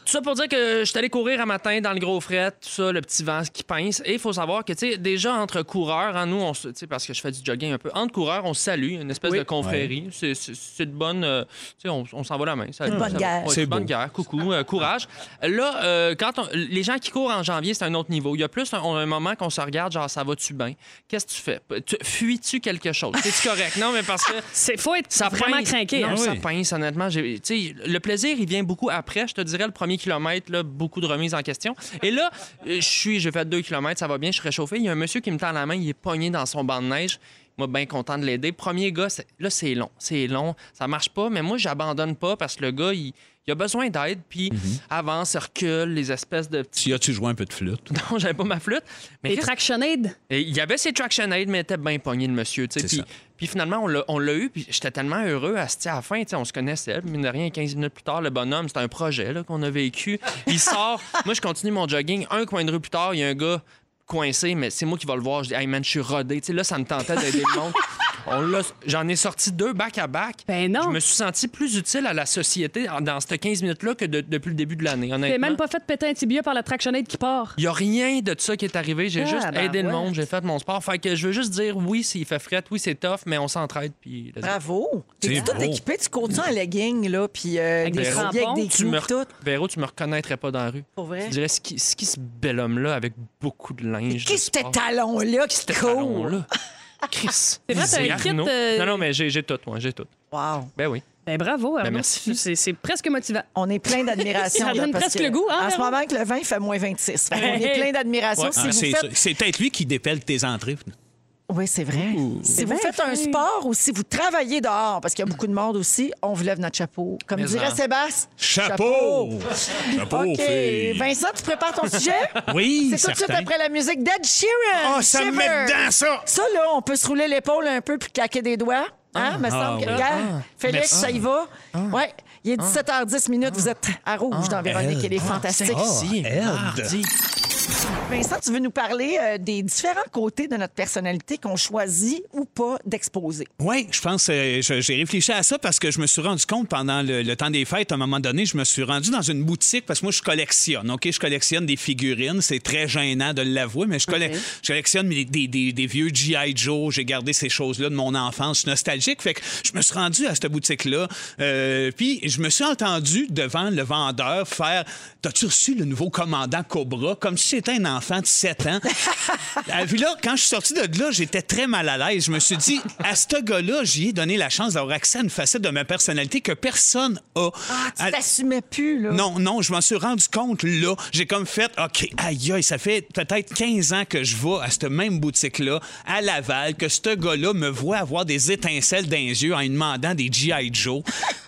G: Tout ça pour dire que je suis allé courir un matin dans le gros fret, tout ça, le petit vent qui pince. Et il faut savoir que, tu sais, déjà entre coureurs, hein, nous, on se- tu sais, parce que je fais du jogging un peu, entre coureurs, on se salue, une espèce de confrérie. C'est- C'est c'est de bonne. euh, tu sais, on, on s'en va la main. Ça-
E: Une bonne
G: ça-
E: guerre.
G: ouais,
H: C'est
G: une bonne
H: beau.
G: guerre. Coucou, euh, courage. Là, euh, quand on- les gens qui courent en janvier, c'est un autre niveau. Il y a plus un, on a un moment qu'on se regarde, genre, ça va-tu bien? Qu'est-ce que tu fais? Tu- Fuis-tu quelque chose? C'est correct? Non, mais parce que.
F: C'est faut être
G: Ça
F: vraiment
G: pince.
F: craqué.
G: Non,
F: hein.
G: ça pince, honnêtement. J'ai- tu sais, Le plaisir, il vient beaucoup après. Je te dirais, le premier kilomètre, là, beaucoup de remises en question. Et là, euh, je suis, j'ai fait deux kilomètres, ça va bien, je suis réchauffé. Il y a un monsieur qui me tend la main, il est pogné dans son banc de neige. Moi, bien content de l'aider. Premier gars, c'est- là, c'est long. C'est long. Ça marche pas, mais moi, j'abandonne pas parce que le gars, il, il a besoin d'aide. Puis avance, recule, les espèces de petits. [laughs]
H: Tu as-tu joué un peu de flûte?
G: Non, j'avais pas ma flûte. Mais
F: Les
G: qu'est-ce-
F: tractionnades.
G: et il y avait ses Traction Aid, mais il était bien pogné, le monsieur. tu
H: C'est
G: sais. Puis,
H: ça.
G: puis finalement, on l'a- on l'a eu, puis j'étais tellement heureux à, ce- tu sais, à la fin. tu sais, On se connaissait, mais de rien, 15 minutes plus tard, le bonhomme, c'était un projet là, qu'on a vécu.
H: [laughs]
G: Il sort, moi, je continue mon jogging. Un coin de rue plus tard, il y a un gars coincé, mais c'est moi qui vais le voir. Je dis, hey man, je suis rodé. Tu sais, là, ça me tentait d'aider
H: [laughs]
G: le monde. On l'a- J'en ai sorti deux bac à bac.
F: Ben non.
G: Je me suis senti plus utile à la société en- dans ces 15 minutes-là que de- depuis le début de l'année.
F: T'es
G: honnêtement.
F: même pas fait péter un tibia par la tractionnade qui part.
G: Il n'y a rien de ça qui est arrivé. J'ai
F: Ah,
G: juste
F: ben
G: aidé le
F: ouais.
G: monde, j'ai fait mon sport. Fait que je veux juste dire, oui, s'il fait fret, oui, c'est tough, mais on s'entraide. Puis let's go.
E: Ah, Bravo.
H: C'est
E: T'es tout
H: beau.
E: équipé, tu cours en legging, là, puis euh,
F: Avec
E: des
F: des
E: souliers avec
F: crampons.
E: des
G: tu
E: clous,
G: me...
E: pis tout.
G: Véro, tu me reconnaîtrais pas dans la rue.
E: Pour vrai?
G: Tu dirais, ce qui, ce qui ce bel homme-là avec beaucoup de linge.
E: Qu'est-ce que tes talons-là qui te courent?
G: là? Chris.
F: C'est vrai, t'as un kit,
G: Arnaud.
F: euh,
G: Non, non, mais j'ai j'ai tout, moi, j'ai tout.
E: Wow.
G: Ben oui.
F: Ben bravo, Arnaud.
G: merci.
F: C'est c'est presque motivant.
E: On est plein d'admiration.
F: Ça
E: là,
F: donne
E: parce
F: presque
E: que
F: le goût, hein,
E: En ce
F: Véro?
E: moment, que le vin fait moins 26. Fait qu'on est
F: Hey.
E: plein d'admiration.
G: Ouais.
E: Si
H: Ah,
E: vous
H: c'est
E: faites...
H: ça. C'est peut-être lui qui dépelle tes entrées.
E: Oui, c'est vrai. Si
F: C'est
E: vous
F: bien
E: faites un
F: fait.
E: sport ou si vous travaillez dehors, parce qu'il y a beaucoup de monde aussi, on vous lève notre chapeau. Comme
G: Mais
E: dirait
G: en-
E: Sébastien.
H: Chapeau! Chapeau,
E: [laughs] OK.
H: fille.
E: Vincent, tu prépares ton sujet?
H: [laughs] Oui,
E: C'est tout de suite
H: certain.
E: après la musique d'Ed Sheeran.
H: Oh, ça me
E: Shiver.
H: met dedans, ça!
E: Ça, là, on peut se rouler l'épaule un peu puis claquer des doigts.
H: Ah.
E: Hein, me semble que
H: oui.
E: regarde, Félix, ça y va.
H: Ah.
E: Ouais, il est 17h10 minutes, vous êtes à rouge
H: Ah.
E: dans Véronique, elle est fantastique.
H: Sexy.
E: Vincent, tu veux nous parler euh, des différents côtés de notre personnalité qu'on choisit ou pas d'exposer.
H: Oui, je pense, euh, je- j'ai réfléchi à ça parce que je me suis rendu compte pendant le, le temps des fêtes, à un moment donné, je me suis rendu dans une boutique parce que moi, je collectionne, OK? Je collectionne des figurines. C'est très gênant de l'avouer, mais je, colle- je collectionne des, des- des- des vieux G.I. Joe. J'ai gardé ces choses-là de mon enfance. Je suis nostalgique. Fait que je me suis rendu à cette boutique-là. Euh, puis, je me suis entendu devant le vendeur faire T'as-tu reçu le nouveau commandant Cobra? Comme si c'était un enfant de 7 ans. Ah, Puis là, quand je suis sorti de là, j'étais très mal à l'aise. Je me suis dit, à ce gars-là, j'y ai donné la chance d'avoir accès à une facette de ma personnalité que personne a.
E: Tu
H: À-
E: t'assumais plus, là.
H: non, non, je m'en suis rendu compte là. J'ai comme fait, OK, aïe, aïe, ça fait peut-être 15 ans que je vais à cette même boutique-là, à Laval, que ce gars-là me voit avoir des étincelles dans les yeux en lui demandant des G.I. Joe.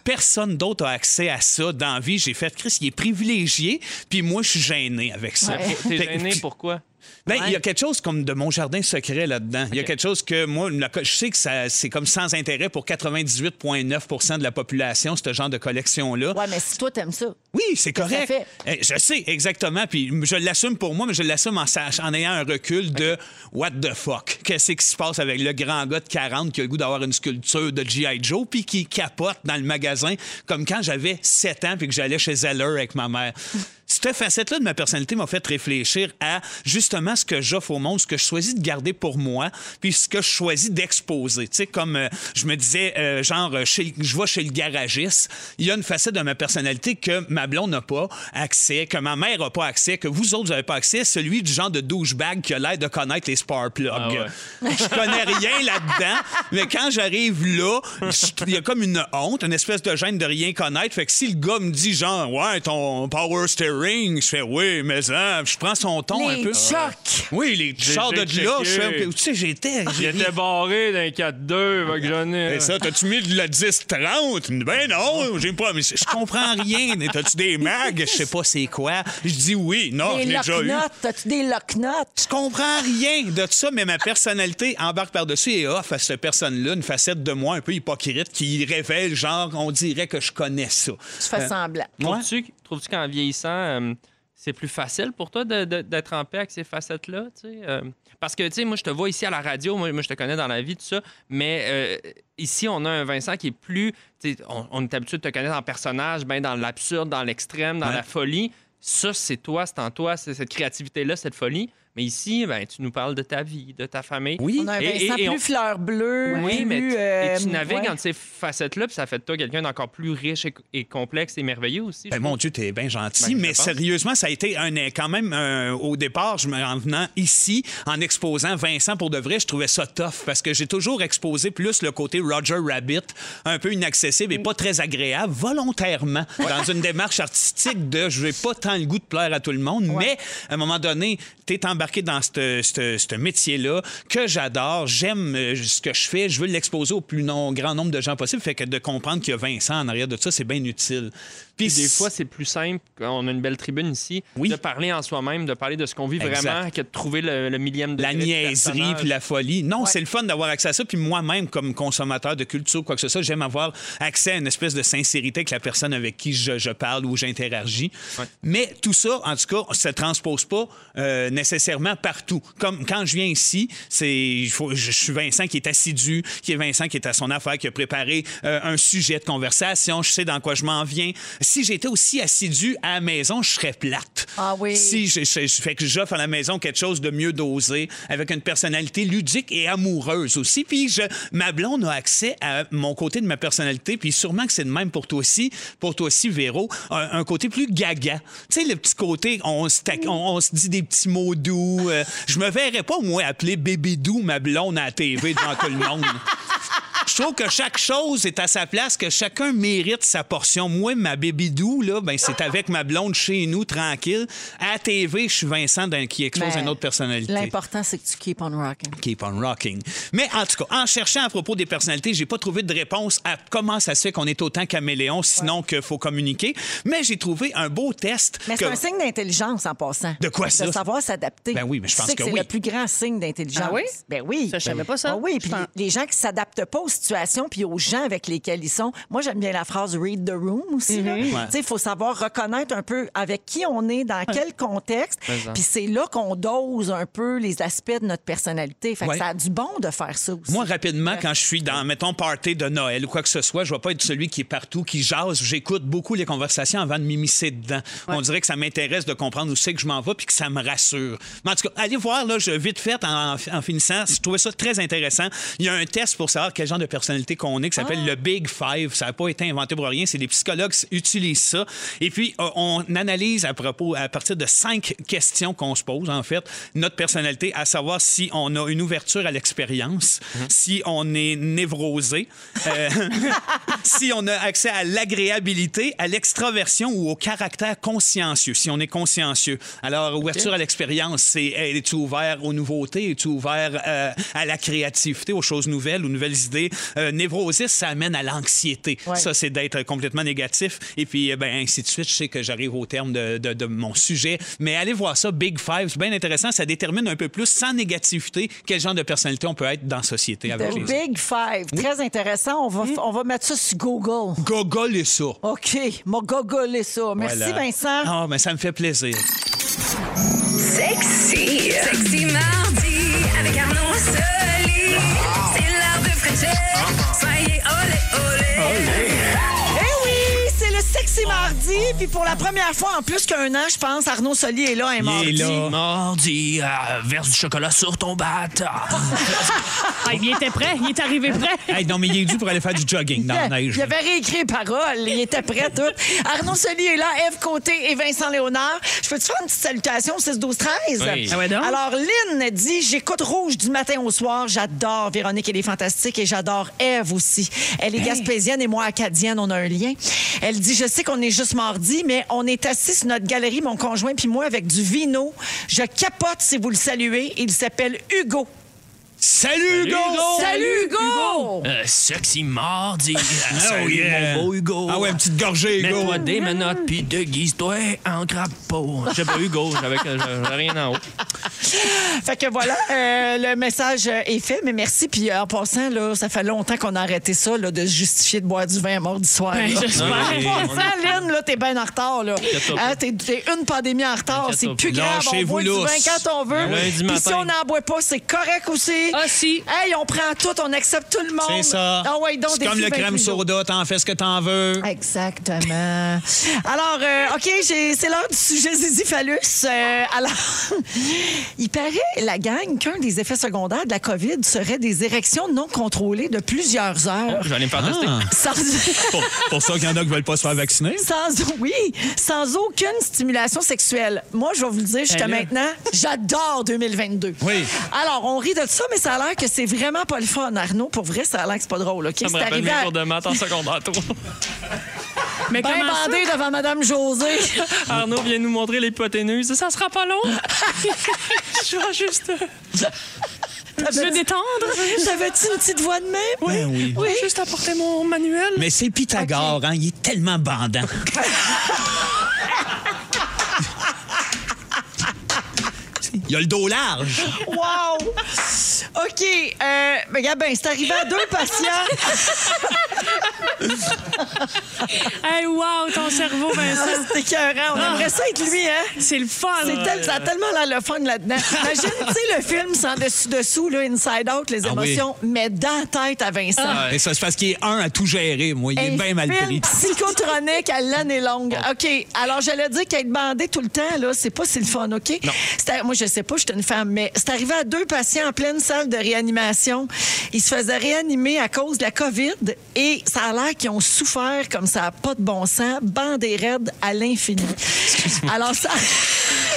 H: Personne d'autre a accès à ça dans la vie. J'ai fait, Chris, il est privilégié, puis moi, je suis gêné avec ça.
G: T'es
H: Fait que-
G: gêné, pourquoi?
H: ben, il y a quelque chose comme de mon jardin secret là-dedans. Il y a quelque chose que moi, la co- je sais que ça, c'est comme sans intérêt pour 98,9 de la population, ce genre de collection-là.
E: Ouais, mais si toi, t'aimes ça.
H: Oui, c'est correct.
E: fait.
H: Eh, Je sais, exactement. Puis je l'assume pour moi, mais je l'assume en, sach- en ayant un recul de what the fuck. Qu'est-ce qui se passe avec le grand gars de 40 qui a le goût d'avoir une sculpture de G.I. Joe puis qui capote dans le magasin comme quand j'avais 7 ans puis que j'allais chez Zeller avec ma mère. Cette facette-là de ma personnalité m'a fait réfléchir à justement ce que j'offre au monde, ce que je choisis de garder pour moi, puis ce que je choisis d'exposer. Tu sais, comme euh, je me disais, euh, genre, euh, chez, je vais chez le garagiste, il y a une facette de ma personnalité que ma blonde n'a pas accès, que ma mère n'a pas accès, que vous autres n'avez pas accès, celui du genre de douchebag qui a l'air de connaître les spark plugs. Je connais rien là-dedans, mais quand j'arrive là, je- il y a comme une honte, une espèce de gêne de rien connaître. Fait que si le gars me dit, genre, ouais, ton power steering, je fais, oui, mais hein, je prends son ton un
E: Les
H: peu.
E: chocs.
H: Oui, les
G: J'ai
H: chars de
G: checké.
H: là, je fais, tu sais, j'étais. j'ai-
G: barré d'un 4-2, fait que j'en ai.
H: et ça, t'as-tu mis de la 10-30? Ben non, j'ai pas. mais Je je comprends rien. Mais T'as-tu des mags? Je sais pas c'est quoi. Je dis oui. Non, Ah, je
E: des
H: l'ai déjà eu.
E: locknotes. T'as-tu des locknotes?
H: Je comprends rien de ça, mais ma personnalité embarque par-dessus et offre à cette personne-là une facette de moi un peu hypocrite qui révèle, genre, on dirait que je connais ça.
E: Tu fais semblant.
H: Moi?
G: Trouves-tu trouves-tu qu'en vieillissant, euh,
K: c'est plus facile pour toi de- de- d'être en paix avec ces facettes-là, tu sais. euh, parce que, tu sais, moi, je te vois ici à la radio, moi, moi, je te connais dans la vie, tout ça, mais euh, ici, on a un Vincent qui est plus... tu sais, On, on est habitué de te connaître en personnage, ben, dans l'absurde, dans l'extrême, dans
H: Ouais.
K: la folie. Ça, c'est toi, c'est en toi, c'est cette créativité-là, cette folie. Mais ici, ben, tu nous parles de ta vie, de ta famille.
H: Oui.
E: On a un
K: Et- et-
E: Vincent
K: et on-
E: plus fleur bleue,
K: Oui,
E: plus,
K: mais tu, et tu
E: euh,
K: navigues
E: ouais.
K: entre ces facettes-là, puis ça fait de toi quelqu'un d'encore plus riche et, et complexe et merveilleux aussi.
H: Ben,
K: je
H: mon
K: trouve.
H: Dieu, t'es bien gentil,
K: Ben, je
H: mais
K: pense.
H: sérieusement, ça a été un quand même un- au départ, je me en venant ici en exposant Vincent pour de vrai, je trouvais ça tough parce que j'ai toujours exposé plus le côté Roger Rabbit, un peu inaccessible et pas très agréable volontairement dans une démarche artistique de je vais pas tant le goût de plaire à tout le monde, mais à un moment donné, t'es embarqué dans ce- ce ce métier-là que j'adore, j'aime euh, ce que je fais, je veux l'exposer au plus non- grand nombre de gens possible, fait que de comprendre qu'il y a Vincent en arrière de ça, c'est bien utile. Puis
K: Puis des fois, c'est plus simple. On a une belle tribune ici.
H: Oui.
K: De parler en soi-même, de parler de ce qu'on vit
H: Exact.
K: vraiment, que de trouver le, le millième de
H: la niaiserie puis la folie. Non, c'est le fun d'avoir accès à ça. Puis moi-même, comme consommateur de culture, quoi que ce soit, j'aime avoir accès à une espèce de sincérité avec la personne avec qui je, je parle ou j'interagis. Mais tout ça, en tout cas, se transpose pas euh, nécessairement partout. Comme quand je viens ici, c'est il faut- je, je suis Vincent qui est assidu, qui est Vincent qui est à son affaire, qui a préparé euh, un sujet de conversation. Je sais dans quoi je m'en viens. Si j'étais aussi assidu à la maison, je serais plate.
E: Ah oui.
H: Si je, je- je- fait que j'offre à la maison quelque chose de mieux dosé, avec une personnalité ludique et amoureuse aussi. Puis je, ma blonde a accès à mon côté de ma personnalité, puis sûrement que c'est de même pour toi aussi, pour toi aussi, Véro, un, un côté plus gaga. Tu sais, le petit côté, on se, tac- on, on se dit des petits mots doux. euh, je me verrais pas, moi, appeler bébé doux ma blonde à la TV devant tout le monde. Je trouve que chaque chose est à sa place, que chacun mérite sa portion. Moi, ma bébidou, là, ben, c'est avec ma blonde chez nous, tranquille. À la TV, je suis Vincent d'un- qui expose
E: Ben,
H: une autre personnalité.
E: L'important, c'est que tu keep on rocking.
H: Keep on rocking. Mais en tout cas, en cherchant à propos des personnalités, j'ai pas trouvé de réponse à comment ça se fait qu'on est autant caméléon, sinon qu'il faut communiquer. Mais j'ai trouvé un beau test.
E: Mais c'est
H: que-
E: un signe d'intelligence en passant.
H: De quoi ça?
E: De savoir s'adapter.
H: Ben oui, mais je
E: Tu
H: pense
E: sais
H: que
E: c'est
H: oui.
E: le plus grand signe d'intelligence.
F: Ah oui?
E: Ben oui.
F: Ça, je savais
E: Ben oui.
F: pas ça.
E: Ah oui,
F: Je
E: puis
F: t'en-
E: les gens qui s'adaptent pas aux situations puis aux gens avec lesquels ils sont. Moi, j'aime bien la phrase read the room aussi. là.
F: Mm-hmm.
E: Tu sais, il faut savoir reconnaître un peu avec qui on est, dans quel contexte.
K: Mais en-
E: Puis c'est là qu'on dose un peu les aspects de notre personnalité. Fait que
H: Ouais.
E: ça a du bon de faire ça aussi.
H: Moi, rapidement, quand je suis dans, mettons, party de Noël ou quoi que ce soit, je ne vais pas être celui qui est partout, qui jase. J'écoute beaucoup les conversations avant de m'immiscer dedans. On dirait que ça m'intéresse de comprendre où c'est que je m'en vais puis que ça me rassure. Mais en tout cas, allez voir, là, je, vite fait, en, en finissant, je trouvais ça très intéressant. Il y a un test pour savoir quel genre de personnalité qu'on est qui s'appelle le Big Five. Ça n'a pas été inventé pour rien. C'est des psychologues qui utilisent ça. Et puis, euh, on analyse à propos, à partir de cinq questions qu'on se pose, en fait, notre personnalité, à savoir si on a une ouverture à l'expérience, si on est névrosé, euh, si on a accès à l'agréabilité, à l'extraversion ou au caractère consciencieux, si on est consciencieux. Alors, ouverture à l'expérience, c'est hey, es-tu ouvert aux nouveautés, es-tu ouvert euh, à la créativité, aux choses nouvelles, aux nouvelles idées. Euh, névrosis, ça amène à l'anxiété.
E: Ouais.
H: Ça, c'est d'être complètement négatif. Et puis, eh ben, ainsi de suite, je sais que j'arrive au terme de, de- de mon sujet. Mais allez voir ça, Big Five, c'est bien intéressant. Ça détermine un peu plus, sans négativité, quel genre de personnalité on peut être dans la société avec
E: The
H: les autres.
E: Big Five. Très intéressant. On va, on va mettre ça sur Google.
H: Gogol et ça.
E: OK, m'a gogolé ça. Merci,
H: Voilà.
E: Vincent.
H: Ah, mais ça me fait plaisir.
A: Sexy. Sexy mardi avec Arnaud Soli. C'est l'heure de Frencher. Soyez olé olé.
E: Eh oui, c'est le sexy mardi. Puis pour la première fois en plus qu'un an, je pense, Arnaud Soli est là un mardi.
G: Mardi, euh, verse du chocolat sur ton bat.
F: Ah, il était prêt, il est arrivé prêt.
H: Hey, non, mais il est dû pour aller faire du jogging dans la neige.
E: Il avait réécrit les paroles, il était prêt tout. Arnaud Soli est là, Eve Côté et Vincent Léonard. Je peux te faire une petite salutation au 6 12 13
K: Oui. Ah
F: ouais, donc?
E: Alors Lynn dit j'écoute rouge du matin au soir, j'adore Véronique elle est fantastique et j'adore Eve aussi. Elle est gaspésienne et moi acadienne, on a un lien. Elle dit je sais qu'on est juste mardi mais on est assis sur notre galerie mon conjoint puis moi avec du vino. Je capote si vous le saluez, il s'appelle Hugo.
H: Salut, Hugo! Ah
E: Salut Hugo!
G: Euh, sexy mardi. Ah,
H: Oh,
G: salut,
H: yeah.
G: mon beau Hugo.
H: Ah ouais, une petite gorgée, Hugo.
G: Mets-toi des menottes puis déguise-toi en crapaud.
K: J'ai pas eu gauche, j'avais j'avais rien en haut.
E: Fait que voilà, euh, le message euh, est fait, mais merci. Puis euh, en passant, là, ça fait longtemps qu'on a arrêté ça, là, de se justifier de boire du vin à mardi soir. là.
F: j'espère.
H: Ah
E: En passant, Lynn, là, t'es bien en retard, là.
G: Inquiète-toi
E: Hein, t'es, t'es une pandémie en retard, c'est
G: Inquiète-toi
E: plus
H: pas.
E: grave. On
H: Lâchez-vous
E: boit du
H: lousse.
E: vin quand on veut.
G: Lundi
E: Puis si
G: matin.
E: on n'en boit pas, c'est correct aussi.
F: Ah, si.
E: Hey, on prend tout, on accepte tout le monde.
H: C'est ça.
E: Ah ouais, donc
H: C'est
E: des
H: comme le
E: filles bien
H: crème
E: plus jaunes.
H: soda, t'en fais ce que t'en veux.
E: Exactement. Alors, euh, OK, j'ai- c'est l'heure du sujet Zizi Phallus. Euh, alors, [laughs] il paraît, la gang, qu'un des effets secondaires de la COVID serait des érections non contrôlées de plusieurs heures.
G: Je vais aller me faire tester.
E: Sans,
H: Ah.
E: [laughs]
H: Pour, pour ça qu'il y en a qui veulent pas se faire vacciner.
E: sans- oui, sans aucune stimulation sexuelle. Moi, je vais vous le dire jusqu'à
G: Eh
F: Elle est là.
E: maintenant, j'adore 2022.
H: Oui.
E: Alors, on rit de ça, mais ça a l'air que c'est vraiment pas le fun, Arnaud. Pour vrai, ça a l'air que c'est pas drôle. OK?
G: Ça me
E: C'est
G: rappelle
E: arrivé
G: mes
E: à-
G: cours de maths en secondaire trois.
F: Mais
E: ben
F: comment ça?
E: bandé devant Madame Josée.
G: Arnaud vient nous montrer l'hypoténuse. Ça sera
F: [laughs]
G: pas long. Je vais juste
F: euh, Je veux détendre.
E: T'avais-tu une petite voix de même?
H: Ben oui.
G: juste apporter mon manuel.
H: Mais c'est Pythagore, hein, il est tellement
E: [laughs]
H: bandant. Il a le dos large.
E: Wow! OK. Euh, ben, regarde, ben, c'est arrivé à deux [laughs] patients.
F: Hey, wow, ton [laughs] cerveau, Vincent.
E: c'est écœurant. On aimerait ça être lui, hein?
F: C'est le fun.
E: C'est tel- ça a tellement l'air le fun là-dedans. Imagine, tu sais, le film sans dessus-dessous, là, Inside Out, les
H: Ah oui.
E: émotions, mais dans la tête à Vincent.
H: Mais ça, c'est parce qu'il est un à tout gérer, moi. Il est bien mal pris.
E: [laughs] Psychotronique à l'année longue. OK. Alors, j'allais dire qu'être bandé tout le temps, là, c'est pas si le fun, OK? C'est à- Moi, je sais pas, j'étais une femme, mais c'est arrivé à deux patients en pleine salle de réanimation. Ils se faisaient réanimer à cause de la COVID et ça a l'air qu'ils ont souffert comme ça, a pas de bon sens, bandé raide à l'infini. Alors, ça.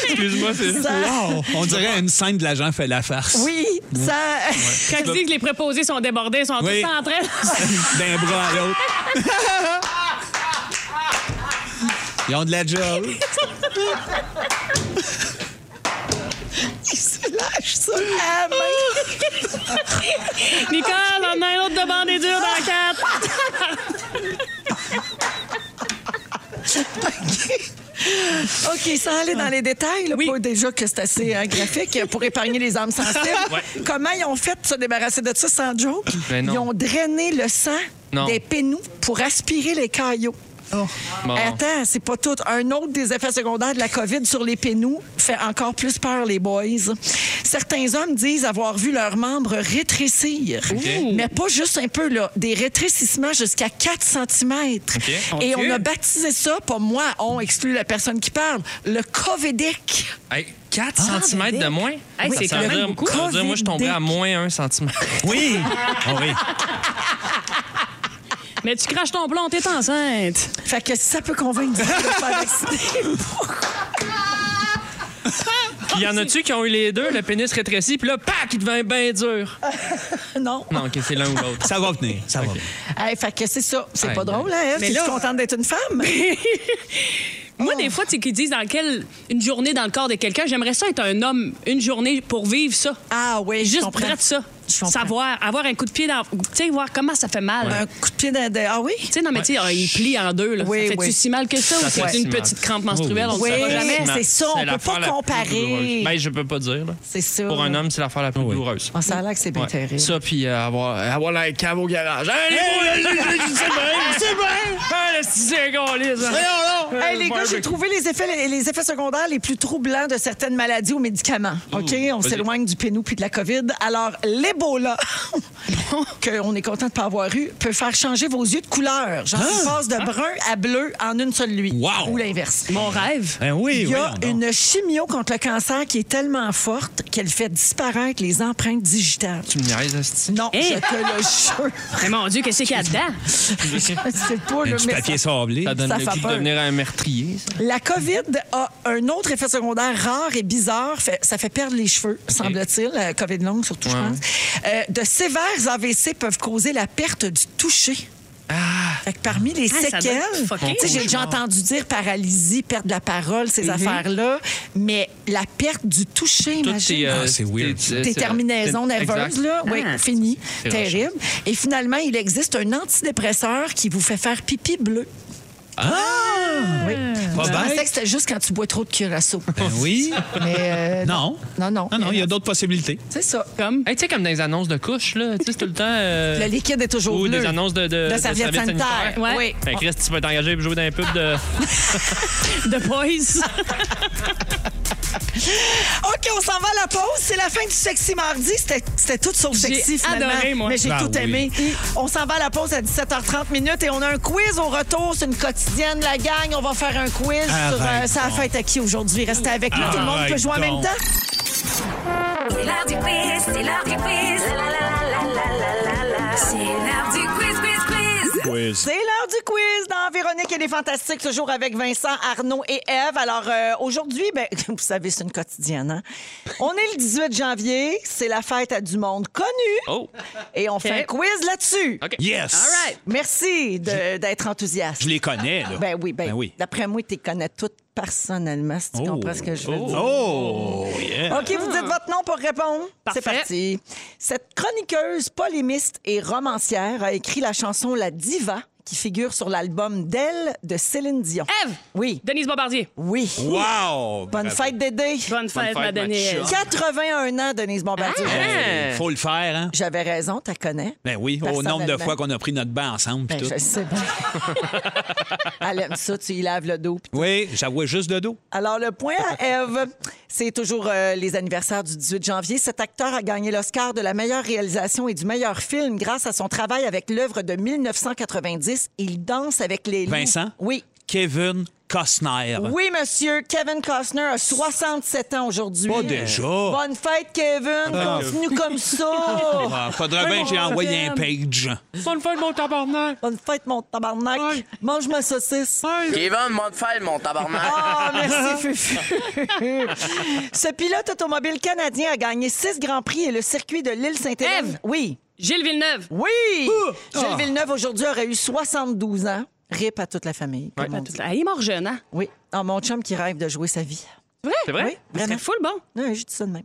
G: Excuse-moi, c'est.
E: ça-
H: Wow! On dirait une scène de l'agent fait la farce.
E: Oui, ça. [laughs]
F: Quand tu dis que les préposés sont débordés, ils sont
H: Oui.
F: tous en [laughs] train.
H: D'un bras à
E: [laughs]
H: l'autre. Ils ont de la job.
E: Ils se lâchent ça à la main.
H: Ah!
F: Nicole, on a un autre de bande et dure dans la quatre.
E: OK, sans aller dans les détails, là, pas déjà que c'est assez euh, graphique pour épargner les âmes sensibles. Comment ils ont fait pour se débarrasser de ça sans joke?
G: Ben non.
E: ils ont drainé le sang
G: Non.
E: des pénoux pour aspirer les caillots.
G: Bon.
E: Attends, c'est pas tout. Un autre des effets secondaires de la COVID sur les pénoux fait encore plus peur les boys. Certains hommes disent avoir vu leurs membres rétrécir. Mais pas juste un peu, là. Des rétrécissements jusqu'à 4 cm. Et on a baptisé ça, pas moi, on exclut la personne qui parle, le COVIDIC.
G: Hey, 4 cm Ah, de
E: ben,
G: moins?
F: Hey, c'est
G: ça
F: quand
G: veut
F: même
G: dire-
F: beaucoup.
G: Ça veut dire, moi, je tomberais à moins 1 cm.
H: Oui! Ah oui.
F: Mais tu craches ton plomb, t'es [laughs] enceinte.
E: Fait que si ça peut convaincre du monde de se faire vacciner, pourquoi?
G: Il y en a-tu qui ont eu les deux, le pénis rétréci, puis là, pac, il devient bien dur.
E: [laughs] Non.
G: Non, OK, c'est l'un ou l'autre.
H: Ça va venir. Ça va venir.
E: Hey, fait que c'est ça. C'est
G: Aïe,
E: pas
G: aïe.
E: drôle, hein? Eve?
F: Mais
E: T'es-tu
F: là-
E: contente d'être une femme?
F: Moi, des fois, tu sais, qu'ils disent dans quelle une journée dans le corps de quelqu'un, j'aimerais ça être un homme une journée pour vivre ça.
E: Ah oui, je
F: Juste
E: comprends.
F: prendre ça.
E: Je comprends.
F: Savoir, avoir un coup de pied dans. Tu sais, voir comment ça fait mal.
E: Un coup de pied dans... dans- Ah oui?
F: Tu sais, non, mais tu sais, ah, il plie en deux. Là.
E: Oui,
F: ça fait-tu
E: oui.
F: si mal que ça, ou
G: Ça
F: c'est
G: fait
F: une
G: si mal.
F: petite crampe menstruelle? On
E: Oui,
F: ne
E: oui.
F: saura jamais.
E: c'est ça, on peut pas
G: l'affaire la plus
E: comparer.
G: douloureuse. Ben, je peux pas dire, là.
E: C'est ça.
G: Pour un homme, c'est l'affaire la plus douloureuse.
E: Ah, ça a l'air que c'est bien
G: Ouais.
E: terrible.
G: Ça, puis euh, avoir, avoir la cave au garage. Hey, les gars, c'est bien, c'est bien! Ah, le style, c'est un câlisse, hein.
E: Ah, Hey, les gars, j'ai trouvé les effets, les, les effets secondaires les plus troublants de certaines maladies aux médicaments. OK? On s'éloigne du pénou puis de la COVID. Alors, l'Ebola, [laughs] qu'on est content de pas avoir eu, peut faire changer vos yeux de couleur. Genre, il
G: Ah!
E: passe de brun à bleu en une seule nuit.
H: Wow!
E: Ou l'inverse.
G: Eh
F: Mon rêve.
H: Ben oui,
E: Il y a
H: voyons donc.
E: une chimio contre le cancer qui est tellement forte qu'elle fait disparaître les empreintes digitales.
G: Tu me niaises, esti.
E: Non, je
F: Hey!
E: te le jure. [laughs]
F: Mais mon Dieu, qu'est-ce qu'il y a dedans?
E: C'est pas
H: Un
E: le
H: petit
E: mais
H: papier
E: ça-
H: sablé.
G: Ça donne
E: Ça
G: le
E: fait
G: goût de
E: peur.
G: devenir un meurtrier, ça.
E: La COVID a un autre effet secondaire rare et bizarre. Fait- ça fait perdre les cheveux, semble-t-il. La COVID longue, surtout, je
G: Ouais.
E: pense. Euh, de sévères AVC peuvent causer la perte du toucher. Fait que parmi les
F: Ah, ça doit
E: séquelles,
F: être fucké.
E: tu sais, j'ai déjà entendu dire paralysie, perte de la parole, ces affaires-là, mais la perte du toucher,
G: Mhm. Tout
E: imagine.
G: est, euh,
H: Ah, c'est weird.
G: c'est-
E: Des
G: c'est-
E: terminaisons
G: c'est-
E: nerveuses,
G: exact.
E: là. Oui,
F: Ah.
E: fini.
G: C'est
E: Terrible. Et finalement, il existe un antidépresseur qui vous fait faire pipi bleu.
H: Ah! Pas
E: Je pensais que
H: bête.
E: c'était juste quand tu bois trop de
G: [laughs]
E: curaçao.
H: Ben oui.
E: [laughs] Mais euh,
H: Non.
E: Non, non.
H: Non, non, il y a d'autres possibilités.
E: C'est ça.
F: Comme.
G: Hey, tu sais, comme dans les annonces de couches, là, tu sais, c'est tout le temps. euh,
E: Le liquide est toujours
G: ou
E: bleu.
G: des annonces de, de,
E: de serviettes sanitaires.
F: Ouais.
E: Oui.
G: Fait que Chris, tu peux t'engager pour jouer dans un pub de.
F: The
E: [laughs]
F: Boys.
E: Ah, OK, on s'en va à la pause. C'est la fin du Sexy Mardi. C'était- C'était tout sauf
F: J'ai
E: sexy, finalement.
F: adoré, moi.
E: Mais j'ai
H: Ah
E: tout
H: oui.
E: aimé. On s'en va à la pause à 17h30 minutes et on a un quiz au retour. C'est une quotidienne, la gang. On va faire un quiz sur euh,
H: Arrête
E: ça
H: donc.
E: fête à qui aujourd'hui. Restez avec nous. Tout le monde peut
H: Arrête
E: jouer en même
H: donc.
E: temps.
C: C'est l'heure du quiz, c'est l'heure du quiz. La, la, la, la, la, la, la, la. C'est l'heure du quiz, quiz, quiz.
E: C'est l'heure du quiz dans Véronique et les Fantastiques, toujours avec Vincent, Arnaud et Eve. Alors euh, aujourd'hui, ben, [laughs] vous savez, c'est une quotidienne. hein? On est le 18 janvier, c'est la fête à du monde connu
G: Oh!
E: et on fait un quiz là-dessus.
G: OK.
H: Yes.
E: Merci de- d'être enthousiaste.
H: Je les connais, là.
E: Ben oui, ben,
H: Ben oui.
E: d'après moi, tu les connais toutes personnellement, si tu comprends ce que je veux dire.
H: Oh, yeah.
E: OK, vous dites votre nom pour répondre. C'est
F: Parfait.
E: parti. Cette chroniqueuse, polémiste et romancière a écrit la chanson La Diva qui figure sur l'album d'elle de Céline Dion.
F: Eve!
E: Oui,
F: Denise Bombardier.
E: oui.
H: Wow! Ben,
E: Bonne
H: Bravo.
E: fête, Dédé.
F: Bonne fête,
G: fête,
F: ma
G: ma
F: Denise.
E: 81 ans, Denise Bombardier.
H: Hey, Faut le faire, hein?
E: J'avais raison, tu connais.
H: Ben oui, au nombre de
E: Personnellement.
H: fois qu'on a pris notre bain ensemble. pis
E: Ben,
H: tout.
E: je
H: [laughs]
E: sais bien. Elle aime ça, tu y laves le dos. puis
H: Oui, j'avoue juste de dos.
E: Alors, le point à Eve, c'est toujours euh, les anniversaires du 18 janvier. Cet acteur a gagné l'Oscar de la meilleure réalisation et du meilleur film grâce à son travail avec l'œuvre de 1990. Il danse avec les loups.
H: Vincent?
E: Oui.
H: Kevin Costner.
E: Oui, monsieur. Kevin Costner a 67 ans aujourd'hui.
H: Pas déjà.
E: Bonne fête, Kevin.
H: Ah.
E: Continue
H: [laughs]
E: comme ça.
H: Ah, faudrait bien que j'ai envoyé un page.
G: Bonne fête, mon tabarnak!
E: Bonne fête, mon tabarnak. Mange ma saucisse.
J: Kevin, mon file, mon tabarnak.
E: Ah, merci, Fufu. [laughs] Ce pilote automobile canadien a gagné six grands prix et le circuit de l'île Sainte-Hélène.
F: Ève.
E: Oui.
F: Gilles Villeneuve.
E: Oui. Gilles Villeneuve, aujourd'hui, aurait eu 72 ans. RIP à toute la famille. comme on dit.
F: Ah, il est mort jeune, hein?
E: Oui. Ah, mon chum qui rêve de jouer sa vie.
G: C'est vrai?
F: Il serait
E: Vraiment.
F: full bon.
E: Non, je dis ça de même.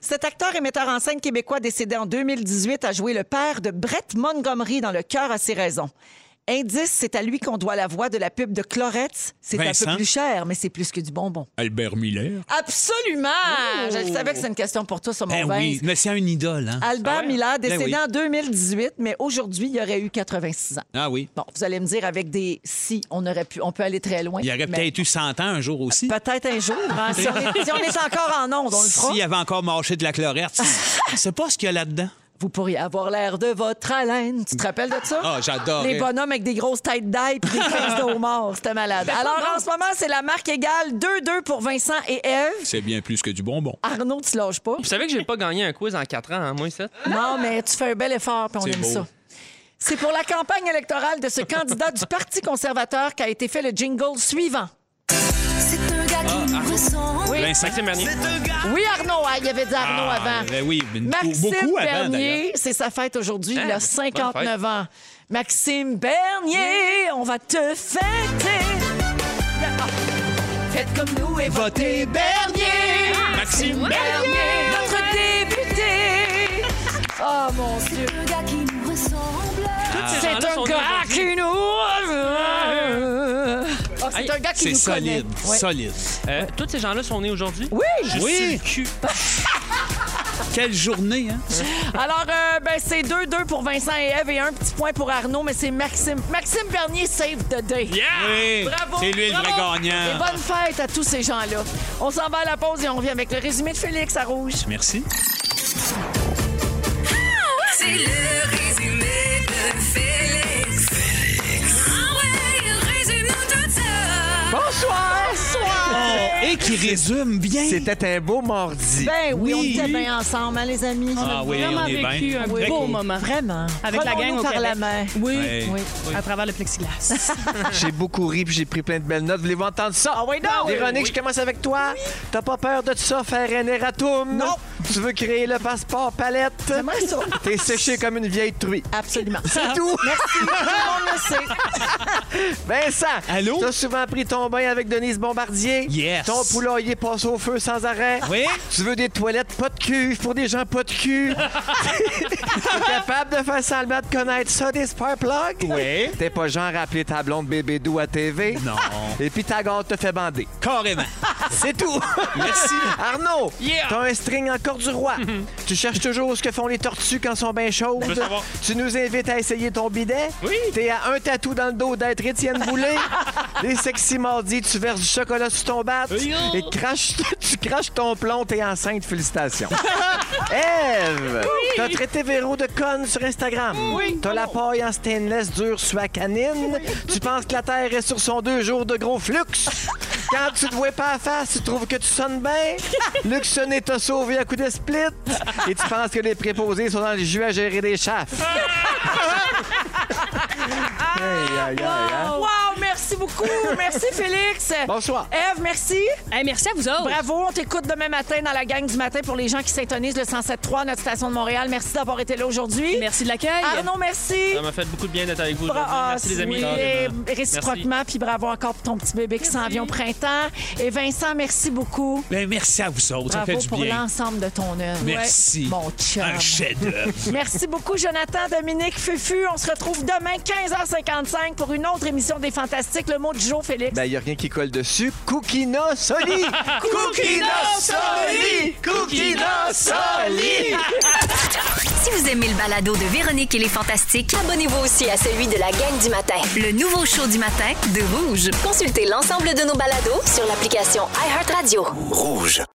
E: Cet acteur et metteur en scène québécois décédé en 2018 a joué le père de Brett Montgomery dans Le cœur à ses raisons. Indice, c'est à lui qu'on doit la voix de la pub de Clorette. C'est un peu
H: Vincent.
E: plus cher, mais c'est plus que du bonbon.
H: Albert Miller.
E: Absolument! Je le savais que c'est une question pour toi sur mon
H: Oh! Ben oui,
E: Vince.
H: mais c'est un idole, hein?
E: Albert Miller,
H: Ben
E: décédé
H: oui.
E: en 2018, mais aujourd'hui, il aurait eu 86 ans.
H: Ah oui.
E: Bon, vous allez me dire, avec des si, on aurait pu, on peut aller très loin.
H: Il y aurait
E: mais
H: peut-être eu 100 ans un jour aussi.
E: Peut-être un jour. hein, si, on est, si on est encore en onde, on le fera.
H: S'il avait encore marché de la
E: [laughs]
H: chlorette. C'est pas ce qu'il y a là-dedans.
E: Vous pourriez avoir l'air de votre haleine. Tu te rappelles de ça?
H: Ah, j'adore.
E: Les bonhommes avec des grosses têtes d'ail et
H: [laughs]
E: des fesses de homard. C'était
H: Ben,
E: malade. Alors, en ce moment, c'est la marque égale 2-2 pour Vincent et Eve.
H: C'est bien plus que du bonbon.
E: Arnaud, tu lâches pas.
G: Vous savez que j'ai pas gagné un quiz en 4 ans, hein, moi, ça?
E: Non, mais tu fais un bel effort, puis on
H: C'est
E: aime
H: beau.
E: ça. C'est pour la campagne électorale de ce candidat du Parti conservateur qu'a été fait le jingle suivant.
I: C'est un gars qui nous ressemble.
E: Oui,
H: Vincent.
G: Maxime Bernier.
E: oui Arnaud, hein, il y avait dit Arnaud
H: Ah,
E: avant.
H: ben oui, mais
E: Maxime
H: beaucoup avant,
E: Bernier,
H: d'ailleurs.
E: c'est sa fête aujourd'hui, il
G: Hein,
E: a
G: bonne
E: 59
G: fête.
E: ans. Maxime Bernier, on va te fêter. Ah. Faites comme nous et votez Bernier.
G: Maxime
E: Bernier, notre député.
I: [laughs]
E: Oh mon Dieu.
I: C'est un gars qui nous ressemble. Ah,
E: C'est
G: gens-là
E: un
G: sont
E: gars
G: nés
E: qui nous. Ah, c'est
G: Hey,
E: un gars qui
H: C'est
E: nous
H: solide.
E: connaît. Ouais.
H: Solide.
G: Euh, tous ces gens-là sont nés aujourd'hui?
E: Oui.
G: Je
H: Oui.
G: suis le cul.
H: Quelle journée, hein?
E: Alors, euh, ben, c'est 2-2 pour Vincent et Eve et un petit point pour Arnaud, mais c'est Maxime. Maxime Bernier save the day.
H: Oui.
E: Bravo.
H: C'est lui le vrai
E: bravo. Et
H: gagnant.
E: bonne fête à tous ces gens-là. On s'en va à la pause et on revient avec le résumé de Félix à Rouge.
H: Merci.
C: C'est le résumé de Félix. Félix. Ah ouais, il résume nous tout ça.
E: Bonsoir. Bonsoir.
H: Oh, Et qui résume bien.
L: C'était un beau mardi.
E: Ben
H: Oui.
E: oui, on était bien ensemble, hein, les amis.
H: Ah oui, on
F: Vraiment
H: est
F: vécu
H: bien.
F: un
E: Oui.
F: beau moment.
E: Vraiment.
F: Avec la gang
E: Prenons-nous
F: au
E: par la
F: Québec.
E: main.
F: Oui.
H: Ouais.
E: Oui.
F: À travers le
E: [laughs]
F: plexiglas.
L: J'ai beaucoup ri puis j'ai pris plein de belles notes. Voulez-vous entendre ça?
E: Ah oui, non!
L: Véronique, je commence avec toi. T'as pas peur de ça, faire un erratum?
E: Non.
L: Tu veux créer le passeport palette?
E: J'aimerais ça.
L: T'es séché comme une vieille truie.
E: Absolument.
L: C'est tout!
E: Merci. Tout le monde le sait.
L: Vincent!
H: Allô?
L: T'as souvent pris ton bain avec Denise Bombardier?
H: Yes.
L: Ton Ton poulailler passe au feu sans arrêt.
H: Oui.
L: Tu veux des toilettes pas de cul pour des gens pas de cul. T'es capable de faire semblant de connaître ça des spark plugs?
H: Oui.
L: T'es pas genre à appeler ta blonde bébé doux à TV?
H: Non.
L: Et puis ta garde te fait bander.
H: Carrément.
L: C'est tout.
H: Merci.
L: Arnaud, t'as un string encore du roi. Tu cherches toujours ce que font les tortues quand elles sont bien chaudes.
G: Je veux savoir.
L: Tu nous invites à essayer ton bidet.
G: Oui.
L: T'es à un tatou dans le dos d'être Étienne
G: [laughs]
L: Boulay. les sexy mardis, tu verses du chocolat sur ton bat. Et craches, tu craches ton plomb, t'es enceinte.
G: [laughs]
L: Félicitations. Eve, t'as traité Véro de conne sur Instagram. Oui. Oh. T'as la paille en stainless dure sur la canine. Tu penses que la Terre est sur son deux jours de gros flux. Quand tu te vois pas à face, tu trouves que tu sonnes bien. Luc Sonnet t'a sauvé à coup de split. Et tu penses que les préposés sont dans le jus à gérer des chafes. Ah. Aïe, aïe, aïe, aïe.
E: Wow, merci beaucoup. Merci, Félix.
L: Bonsoir.
E: Ève, merci.
F: Hey, merci à vous autres.
E: Bravo, on t'écoute demain matin dans la gang du matin pour les gens qui s'intonisent le 107.3, notre station de Montréal. Merci d'avoir été là aujourd'hui.
F: Merci de l'accueil.
E: Arnaud, merci.
G: Ça m'a fait beaucoup de bien d'être avec vous aujourd'hui.
E: Bra-
G: Merci les
E: ah,
G: amis.
E: oui, et réciproquement, puis bravo encore pour ton petit bébé qui s'en
F: Merci.
E: vient au printemps. Et Vincent, merci beaucoup.
H: Ben, merci à vous autres. Ça fait
E: Bravo
H: du
E: pour
H: bien.
E: l'ensemble de ton œuvre.
H: Merci. Ah,
E: Ouais. Mon chum.
H: Un chef-d'œuvre.
E: Merci beaucoup, Jonathan, Dominique, Fufu. On se retrouve demain, 15h55, pour une autre émission des Fantastiques. Le mot du jour, Félix.
L: Ben, y a rien qui colle dessus. Cookina Soli! Cookina Soli! Cookina Soli!
A: Si vous aimez le balado de Véronique et les Fantastiques,
B: Abonnez-vous aussi à celui de la gang du matin.
A: le nouveau show du matin de Rouge.
B: Consultez l'ensemble de nos balados sur l'application iHeartRadio.